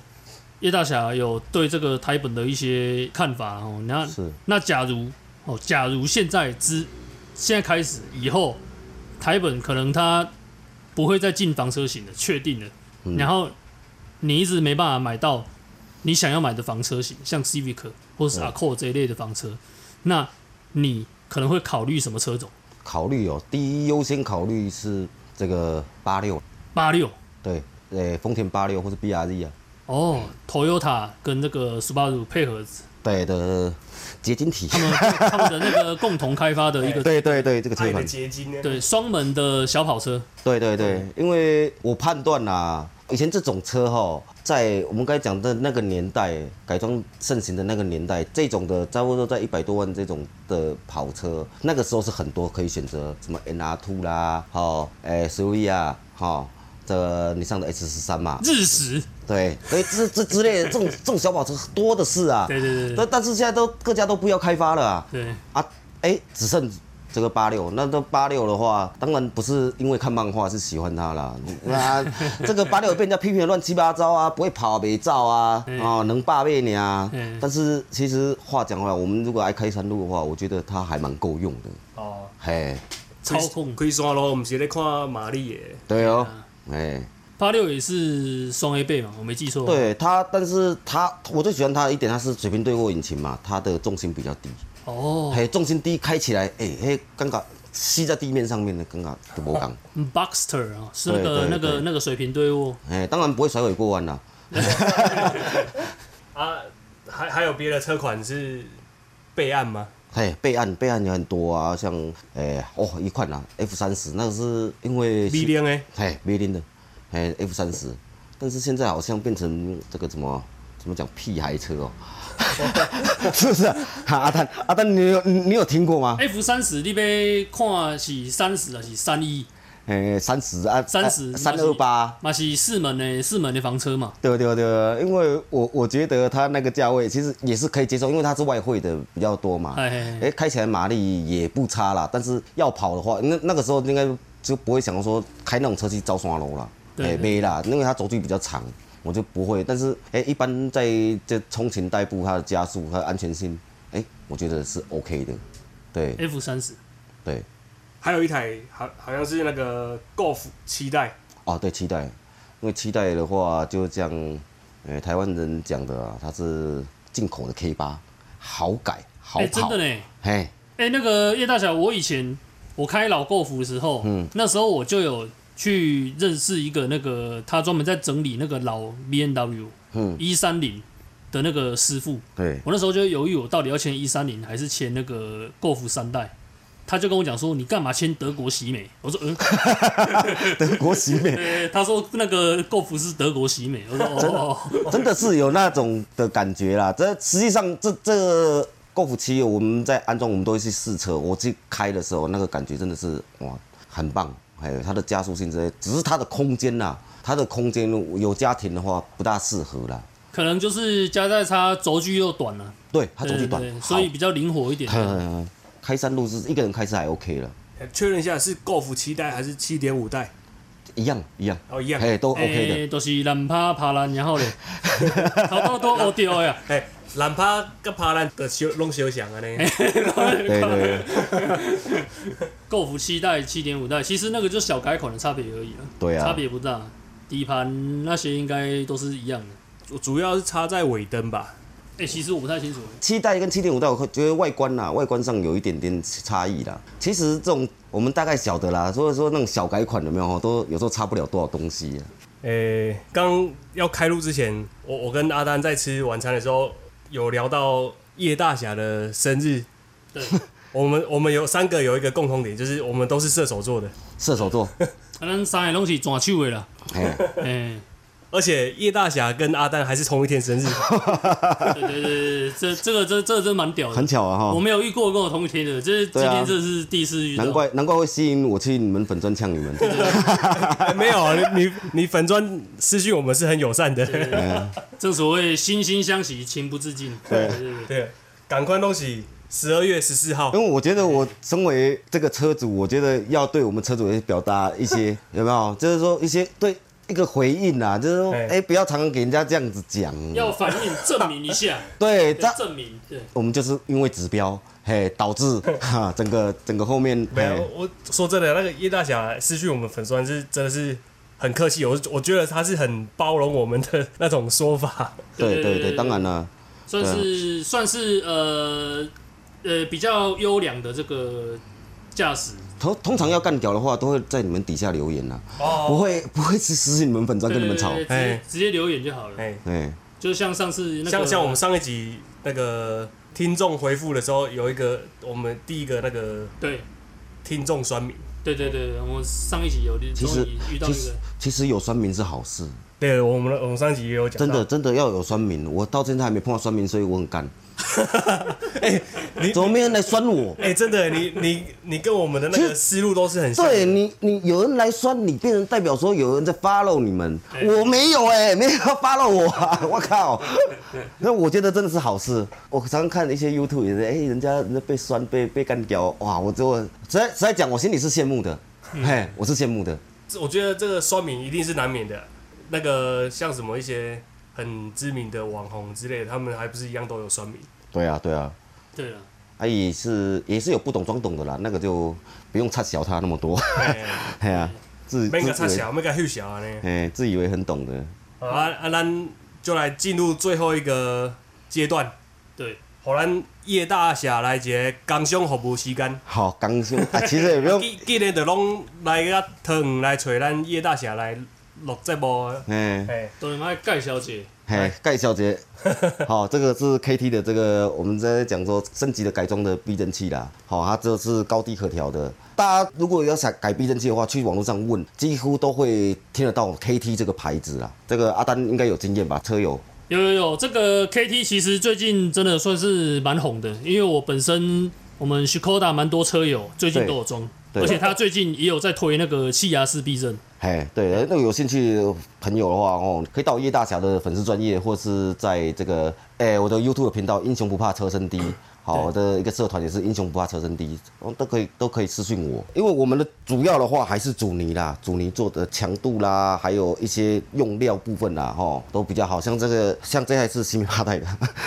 Speaker 3: 叶大侠有对这个台本的一些看法哦。那
Speaker 2: 是
Speaker 3: 那假如哦，假如现在之现在开始以后，台本可能它不会再进房车型了，确定了。
Speaker 2: 嗯
Speaker 3: 然后你一直没办法买到你想要买的房车型，像 Civic 或
Speaker 2: 嗯
Speaker 3: 是 Accord 这一类的房车，那你可能会考虑什么车种？
Speaker 2: 考虑哦，第一优先考虑是这个八六，
Speaker 3: 八六
Speaker 2: 对，呃，丰田八六或是 B R Z 啊，
Speaker 3: 哦，Toyota 跟那个 Subaru 配合
Speaker 2: 对的，结晶体，
Speaker 3: 他们他们的那个共同开发的一个
Speaker 2: 对对对，这个车
Speaker 1: 爱的
Speaker 2: 款。
Speaker 1: 结晶呢？
Speaker 3: 对双门的小跑车，
Speaker 2: 对对对，因为我判断啦、以前这种车哈，在我们刚才讲的那个年代，改装盛行的那个年代，这种的差不多在一百多万这种的跑车，那个时候是很多可以选择，什么 NR Two 啦，好、诶 s u r i 啊，好、这个你上的 S 十三嘛，
Speaker 3: 日食，
Speaker 2: 对，所以这这之类的这种这种小跑车多的是啊，
Speaker 3: 对对对对
Speaker 2: 但但是现在都各家都不要开发了啊，
Speaker 3: 对，
Speaker 2: 啊，哎，只剩这个八六，那这八六的话，当然不是因为看漫画，是喜欢它啦。那这个八六被人家批评的乱七八糟啊，不会跑，没照啊，哦，能霸位你啊
Speaker 3: 嗯。
Speaker 2: 但是其实话讲回来，我们如果爱开山路的话，我觉得它还蛮够用的。
Speaker 1: 哦，
Speaker 2: 嘿，
Speaker 3: 操控
Speaker 1: 可以刷咯，我们直接看玛丽耶。
Speaker 2: 对哦，哎，
Speaker 3: 八六也是双 A 倍嘛，我没记错。，
Speaker 2: 对它，但是它我最喜欢它的一点，它是水平对过引擎嘛，它的重心比较低，
Speaker 3: 哦
Speaker 2: 嘿，重心低开起来，哎，嘿，刚刚吸在地面上面的，刚刚就不刚。
Speaker 3: ，Boxster 啊，是那个
Speaker 2: 对对
Speaker 3: 那个
Speaker 2: 对
Speaker 3: 那个水平对卧，
Speaker 2: 哎，当然不会甩尾过弯啦。
Speaker 1: 啊，还还有别的车款是备案吗？
Speaker 2: 嘿，备案备案也很多啊，像诶、哦一款啊 F 三十，那个是因为
Speaker 1: B 零哎，
Speaker 2: 嘿 V 零的，嘿 F 三十，但是现在好像变成这个怎么怎么讲屁孩车 [LAUGHS] 哦，是不是、啊？哈阿丹阿丹，你有你你有听过吗？
Speaker 3: F 三十你被看是三十还是三一？
Speaker 2: 诶、三十啊，
Speaker 3: 30
Speaker 2: 三二八。
Speaker 3: 嘛是四门的四门的房车嘛，
Speaker 2: 对对对，因为我我觉得它那个价位其实也是可以接受，因为它是外汇的比较多嘛。
Speaker 3: 哎哎哎
Speaker 2: 哎，开起来马力也不差啦，但是要跑的话，那那个时候应该就不会想说开那种车去招双楼啦，
Speaker 3: 对
Speaker 2: 哎，
Speaker 3: 对
Speaker 2: 没啦，因为它轴距比较长，我就不会。但是哎，一般在这通勤代步，它的加速和安全性，哎，我觉得是 OK 的。对
Speaker 3: ，F 三十
Speaker 2: 对，
Speaker 1: 还有一台好好像是那个 Golf 七代，
Speaker 2: 哦对，期待，因为期待的话就像呃台湾人讲的啊，它是进口的 K 八，好改好
Speaker 3: 哎真
Speaker 2: 跑
Speaker 3: 的，呢，
Speaker 2: 嘿，
Speaker 3: 哎、那个叶大侠，我以前我开老购服的时候，
Speaker 2: 嗯
Speaker 3: 那时候我就有去认识一个那个他专门在整理那个老 B N W，
Speaker 2: 嗯
Speaker 3: 一三零的那个师傅。
Speaker 2: 对， [LAUGHS]
Speaker 3: 我那时候就犹豫，我到底要签一三零还是签那个购服三代。他就跟我讲说，你干嘛签德国喜美？我说，嗯，
Speaker 2: 德国喜美，
Speaker 3: 对，他说那个购服是德国喜美，我说哦，
Speaker 2: [LAUGHS] 真的是有那种的感觉啦。这实际上这这购服期，我们在安装，我们都会去试车。我去开的时候，那个感觉真的是哇，很棒。还有它的加速性这些，只是它的空间呐、它的空间有家庭的话不大适合啦。
Speaker 3: 可能就是加在它轴距又短了，
Speaker 2: 对，它轴距
Speaker 3: 对
Speaker 2: 短，
Speaker 3: 对，
Speaker 2: 好
Speaker 3: 所以比较灵活一点。
Speaker 2: 嗯，开山路是一个人开车还 OK 了，
Speaker 1: 确认一下是 Golf 七代还是七点五代？
Speaker 2: 一样一样，
Speaker 1: 哦一样
Speaker 2: 哎，都 OK 的。
Speaker 3: 诶都是蓝趴爬蓝，然后嘞，头到都欧掉呀，
Speaker 1: 哎，懒趴跟爬烂的修弄修想啊呢，
Speaker 2: 对对对，
Speaker 3: 购服七代、七点五代，其实那个就是小改款的差别而已了，
Speaker 2: 对啊
Speaker 3: 差别不大。底盘那些应该都是一样的。
Speaker 1: 主主要是插在尾灯吧。
Speaker 3: 哎、其实我不太清楚，
Speaker 2: 七代跟七点五代，我觉得外观啦、外观上有一点点差异啦。其实这种我们大概晓得啦，所以说那种小改款有没有，都有时候差不了多少东西、啊。
Speaker 1: 诶，哎刚要开录之前，我我跟阿丹在吃晚餐的时候有聊到叶大侠的生日。
Speaker 3: 对，
Speaker 1: [LAUGHS] 我们我们有三个有一个共同点，就是我们都是射手座的，
Speaker 2: 射手
Speaker 3: [LAUGHS]
Speaker 2: 座，
Speaker 3: 反正三个东西转手的啦。
Speaker 2: 哎，
Speaker 3: 哎、
Speaker 1: 而且叶大侠跟阿丹还是同一天生 [LAUGHS] 日。
Speaker 3: 对对对对，对这这个这这个真蛮屌的
Speaker 2: 很。巧啊
Speaker 3: 我
Speaker 2: 哈，
Speaker 3: 没有遇过跟我同一天的，这是今
Speaker 2: 对啊
Speaker 3: 天这是第一次遇到。
Speaker 2: 难怪难怪会吸引我去你们粉砖呛你们。
Speaker 1: 哎没有，你你你粉砖私讯我们是很友善的。
Speaker 3: 正所谓惺惺相惜，情不自禁。对对对
Speaker 1: [LAUGHS] 对，赶快东西，十二月十四号
Speaker 2: 因。为我觉得我身为这个车主，我觉得要对我们车主也表达一
Speaker 3: [LAUGHS]
Speaker 2: 些有没有，就是说一些对一个回应啊，就是说
Speaker 1: 哎
Speaker 2: 哎、不要常常给人家这样子讲。
Speaker 3: 要反应证明一下，
Speaker 2: 对，这
Speaker 3: 要证明。对，
Speaker 2: 我们就是因为指标，嘿，导
Speaker 3: [LAUGHS]
Speaker 2: 致哈整个整个后面
Speaker 1: 没有
Speaker 2: 嘿，
Speaker 1: 我说真的，那个叶大侠私讯我们粉砖是真的是很客气，我我觉得他是很包容我们的那种说法。
Speaker 2: 对
Speaker 3: 对
Speaker 2: 对
Speaker 3: 对
Speaker 2: 对
Speaker 3: 对
Speaker 2: 当然了，
Speaker 3: 算
Speaker 2: 啊
Speaker 3: 是算是呃呃比较优良的这个驾驶。
Speaker 2: 通通常要干掉的话，都会在你们底下留言呐、
Speaker 1: 哦
Speaker 2: 不会 [LAUGHS] 不会是私信你们粉砖跟你们吵
Speaker 3: 对，对对
Speaker 1: 哎
Speaker 3: 直接直接留言就好了。
Speaker 1: 哎，
Speaker 2: 哎，
Speaker 3: 就像上次那个，
Speaker 1: 像像我们上一集那个听众回复的时候，有一个我们第一个那个
Speaker 3: 对
Speaker 1: 听众酸民，
Speaker 3: 对对对，我们上一集有
Speaker 2: 其
Speaker 3: 终
Speaker 2: 实
Speaker 3: 于遇到
Speaker 2: 其
Speaker 3: 一
Speaker 2: 实
Speaker 3: 个，
Speaker 2: 其实有酸民是好事，
Speaker 1: 对我们的我们上一集也有讲，
Speaker 2: 真的，真的要有酸民，我到现在还没碰到酸民，所以我很
Speaker 3: [LAUGHS]
Speaker 2: 干，
Speaker 1: 哎，你
Speaker 2: 怎么没人来酸我？
Speaker 1: 哎，真的，你你你跟我们的那个思路都是很像的，
Speaker 2: 对你，你有人来酸你，变成代表说有人在 follow 你们，我没有哎、没有人要 follow 我、啊，我 [LAUGHS] 靠！
Speaker 1: [LAUGHS]
Speaker 2: 那我觉得真的是好事。我常常看一些 YouTube 也是，哎、人家人家被酸被被干掉，哇！我就实在实在讲，我心里是羡慕的，
Speaker 1: 嗯
Speaker 2: 嘿，我是羡慕的，
Speaker 1: 我觉得这个酸民一定是难免的。那个像什么一些很知名的网红之类的，他们还不是一样都有 [LAUGHS] 酸民？
Speaker 2: 对啊，对啊。
Speaker 3: 对了，
Speaker 2: 啊，也是也是有不懂装懂的啦，那个就不用插小他那么多， [LAUGHS]
Speaker 1: 哎
Speaker 2: 嘿啊，自自
Speaker 1: 每个差
Speaker 2: 以为，
Speaker 1: 小，每个 h 小啊呢。
Speaker 2: 哎，自以为很懂的，
Speaker 1: 好啊啊，咱就来进入最后一个阶段，
Speaker 3: 对，
Speaker 1: 好，咱叶大侠来一个工商服务时间。
Speaker 2: 好刚性啊，其实也不
Speaker 1: [LAUGHS]
Speaker 2: 用，
Speaker 1: 既既然就拢来个汤来找咱叶大侠来录节目的，
Speaker 2: 哎。
Speaker 1: 哎，
Speaker 3: 都是妈盖小姐，
Speaker 2: 嘿，盖小姐，好、这个是 KT 的这个，我们在讲说升级的改装的避震器啦，好、它这是高低可调的。大家如果要想改避震器的话，去网络上问，几乎都会听得到 KT 这个牌子啦。这个阿丹应该有经验吧，车友。
Speaker 3: 有有有，这个 KT 其实最近真的算是蛮红的，因为我本身我们 Skoda 蛮多车友最近都有装，
Speaker 2: 对
Speaker 3: 而且他最近也有在推那个气压式避震，
Speaker 2: 嘿，对，呃那个有兴趣的朋友的话哦，可以到叶大侠的粉丝专业，或是在这个哎、我的 YouTube 频道“英雄不怕车身低”，好，我的一个社团也是“英雄不怕车身低”，哦，都可以都可以私信我，因为我们的主要的话还是阻尼啦，阻尼做的强度啦，还有一些用料部分啦，哈，都比较好，像这个像这台是西美八代的， [LAUGHS]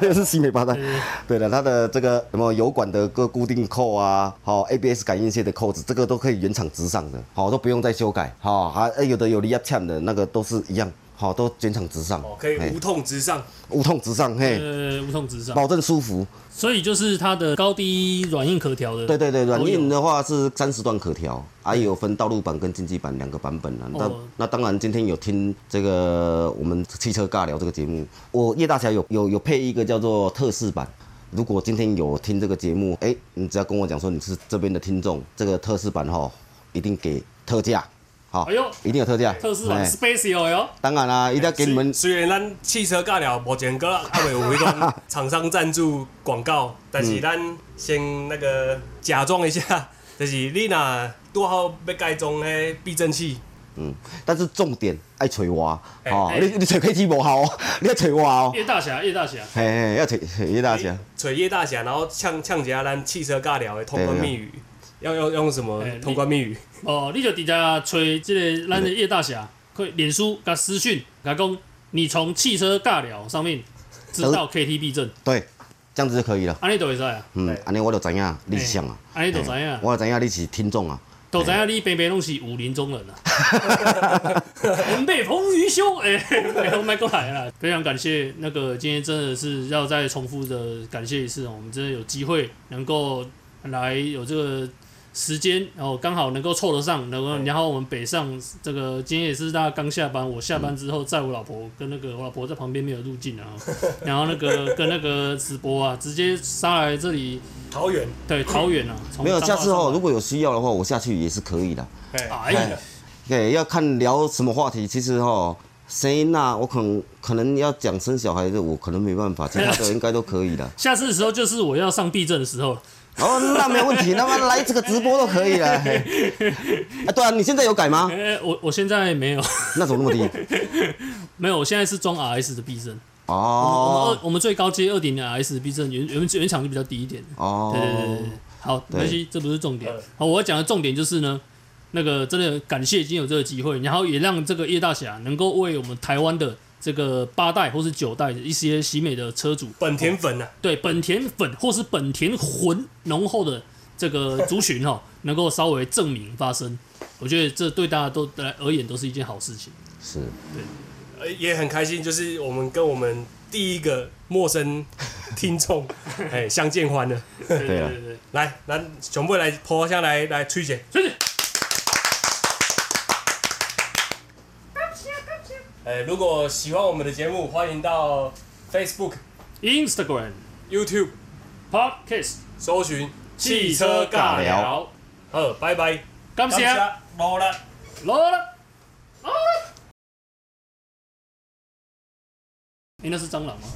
Speaker 2: 这是西美八代，
Speaker 1: 嗯
Speaker 2: 对的，它的这个什么油管的各固定扣啊，好、ABS 感应线的扣子，这个都可以原厂直上的，好、都不用再修改，好、还、呃有的有 l i a c h a m 的那个都是一样，好、都原厂直上，
Speaker 1: 哦，可以
Speaker 2: 嘿
Speaker 1: 无嗯痛直上。
Speaker 2: 无痛直上，嘿，
Speaker 3: 呃，无痛直上，
Speaker 2: 保证舒服。
Speaker 3: 所以就是它的高低软硬可调的，
Speaker 2: 对对对，软
Speaker 3: 都有
Speaker 2: 硬的话是三十段可调，啊也有分道路版跟竞技版两个版本啊。那、
Speaker 3: 哦
Speaker 2: 那当然，今天有听这个我们汽车尬聊这个节目，我叶大侠有有有配一个叫做特仕版。如果今天有听这个节目，哎、你只要跟我讲说你是这边的听众，这个特仕版哈，一定给特价，好、
Speaker 3: 哎呦
Speaker 2: 一定有特价，
Speaker 3: 特仕版哎
Speaker 2: 哎
Speaker 3: special 哟，
Speaker 2: 当然啦、一定要给你们
Speaker 1: 虽虽然咱汽车尬聊无钱个，阿伟有一个厂商赞助广告，但是咱先那个假装一下，就是你若 [LAUGHS] 拄好要改装迄避震器，
Speaker 2: 嗯，但是重点爱找我
Speaker 1: 哎
Speaker 2: 哦，
Speaker 1: 哎
Speaker 2: 你你找 K T 无效哦，你要找我哦，
Speaker 3: 叶大侠，叶大侠，
Speaker 2: 嘿嘿，要找找叶大
Speaker 3: 哎
Speaker 2: 侠，
Speaker 1: 找叶大侠，然后呛呛一下咱汽车尬聊的通关
Speaker 2: 对对
Speaker 1: 密语，要用用什么
Speaker 3: 哎你
Speaker 1: 通关密语？
Speaker 3: 哦，你就底下吹这个咱的叶大侠，可以脸书甲私讯，甲讲你从汽车尬聊上面知道 KTB 证，
Speaker 2: 对，这样子就可以了。
Speaker 3: 安尼就会使啊，
Speaker 2: 嗯
Speaker 1: 对，
Speaker 2: 安尼我就知影你是谁啊，
Speaker 3: 安尼就知
Speaker 2: 嘿
Speaker 3: 影，
Speaker 2: 我就知影你是听众啊。
Speaker 3: 都知影你平平拢是武林中人啊。 [LAUGHS] 文辈彭于修，哎、欸，我们过来了，非常感谢那个今天真的是要再重复的感谢一次哦，我们真的有机会能够来有这个时间，然后刚好能够凑得上，然后
Speaker 2: 哎
Speaker 3: 然后我们北上这个今天也是大家刚下班，我下
Speaker 2: 嗯
Speaker 3: 班之后载我老婆跟那个我老婆在旁边没有入境啊，然后那个跟那个直播啊，直接杀来这里，
Speaker 1: 桃园，
Speaker 3: 对桃园啊，从
Speaker 2: 没有，
Speaker 3: 彰
Speaker 2: 下
Speaker 3: 化
Speaker 2: 次
Speaker 3: 上
Speaker 2: 哦，
Speaker 3: 来
Speaker 2: 如果有需要的话，我下去也是可以的。
Speaker 1: 哎，
Speaker 3: 哎呀。
Speaker 2: 对，要看聊什么话题，其实哈。声音呐，我可能可能要讲生小孩的，我可能没办
Speaker 3: [LAUGHS]
Speaker 2: 法，其他的应该都可以的。
Speaker 3: 下次的时候就是我要上避震的时候了。
Speaker 2: 哦，那没有问
Speaker 3: [LAUGHS]
Speaker 2: 题，那么来这个直播都可以了。嘿啊，对啊，你现在有改吗
Speaker 3: 哎、？我我现在没有， [LAUGHS]
Speaker 2: 那怎么那么低？
Speaker 3: 没有，我现在是装 RS 的避震。我
Speaker 2: 哦
Speaker 3: 们二我们最高阶二点零 RS 的避震原原原厂就比较低一点。
Speaker 2: 哦，
Speaker 3: 对对对对对，好，没关系，这不是重点
Speaker 1: 嗯。
Speaker 3: 好，我要讲的重点就是呢，那个真的感谢今天有这个机会，然后也让这个叶大侠能够为我们台湾的这个八代或是九代的一些喜美的车主
Speaker 1: 本田粉啊呐、
Speaker 3: 对本田粉或是本田魂浓厚的这个族群 [LAUGHS] 哦，能够稍微证明发声，我觉得这对大家都来而言都是一件好事情。
Speaker 2: 是
Speaker 1: 呃也很开心，就是我们跟我们第一个陌生听 [LAUGHS] 众哎相见欢了。
Speaker 3: 对
Speaker 2: 对啊
Speaker 3: 对对，
Speaker 1: 来，咱全部来抛下来来吹姐，
Speaker 3: 所以
Speaker 1: 哎，如果喜欢我们的节目，欢迎到 Facebook、
Speaker 3: Instagram
Speaker 1: YouTube
Speaker 3: podcast
Speaker 1: 搜寻
Speaker 3: 汽车尬聊，
Speaker 1: 好，拜拜，
Speaker 2: 啊
Speaker 3: 感谢，啊
Speaker 1: 啊冇啦。
Speaker 3: 落了，落了。哎、那是蟑螂吗？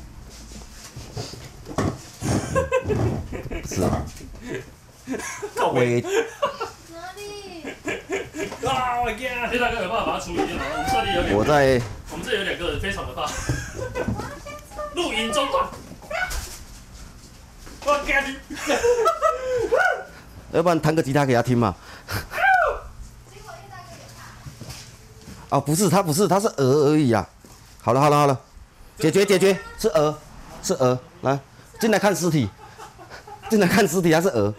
Speaker 2: 是，
Speaker 1: 靠
Speaker 2: 喂，
Speaker 4: 哪里？
Speaker 3: 啊，我天！黑大哥有办法把它处理掉吗？我们这里有两
Speaker 2: 我
Speaker 3: 个，
Speaker 2: 在
Speaker 3: 我们这里有两个人非常的怕。录音中断。我干你！
Speaker 2: 要不然弹个吉他给他听嘛。
Speaker 4: 结果叶大哥给他。
Speaker 2: 啊，不是，他不是，他是鹅而已啊。好了，好了，好了，解决解决，是鹅，是鹅，来进来看尸体，进来看尸体，还是鹅？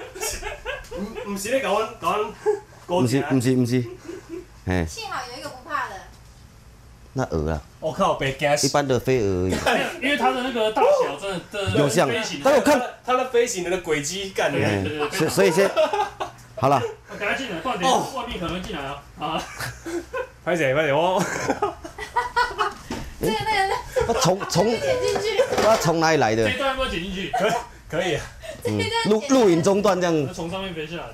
Speaker 1: 唔唔是咧，甲阮甲阮
Speaker 2: [LAUGHS] 不
Speaker 1: 高
Speaker 2: 是，不是，不是，哎，
Speaker 4: 幸好有一个不怕的。
Speaker 2: 那鹅啊，
Speaker 1: 我靠，被惊
Speaker 2: 一
Speaker 1: 死。
Speaker 2: 般的飞蛾而已。
Speaker 3: 因为它的那个大小真的真的
Speaker 2: 有像
Speaker 3: 飞行的
Speaker 2: 但
Speaker 1: [LAUGHS]
Speaker 2: 我看
Speaker 1: 他的他的飞行的轨迹干的，
Speaker 2: 哎
Speaker 1: 哎
Speaker 3: 对对，对
Speaker 2: 所以所以先，好了，
Speaker 3: 我啊赶快进来，不然等一下外面可能会进来啊！啊，
Speaker 1: 歹势歹势，我 [LAUGHS]
Speaker 4: 这个那个
Speaker 2: 他从从
Speaker 4: 那个剪进去，
Speaker 2: 他从哪里来
Speaker 3: 这
Speaker 2: 的？
Speaker 3: 一段要不要剪进去？
Speaker 1: 可以啊。
Speaker 4: 这个
Speaker 2: 录录影中断这样。
Speaker 3: 从上面飞下来。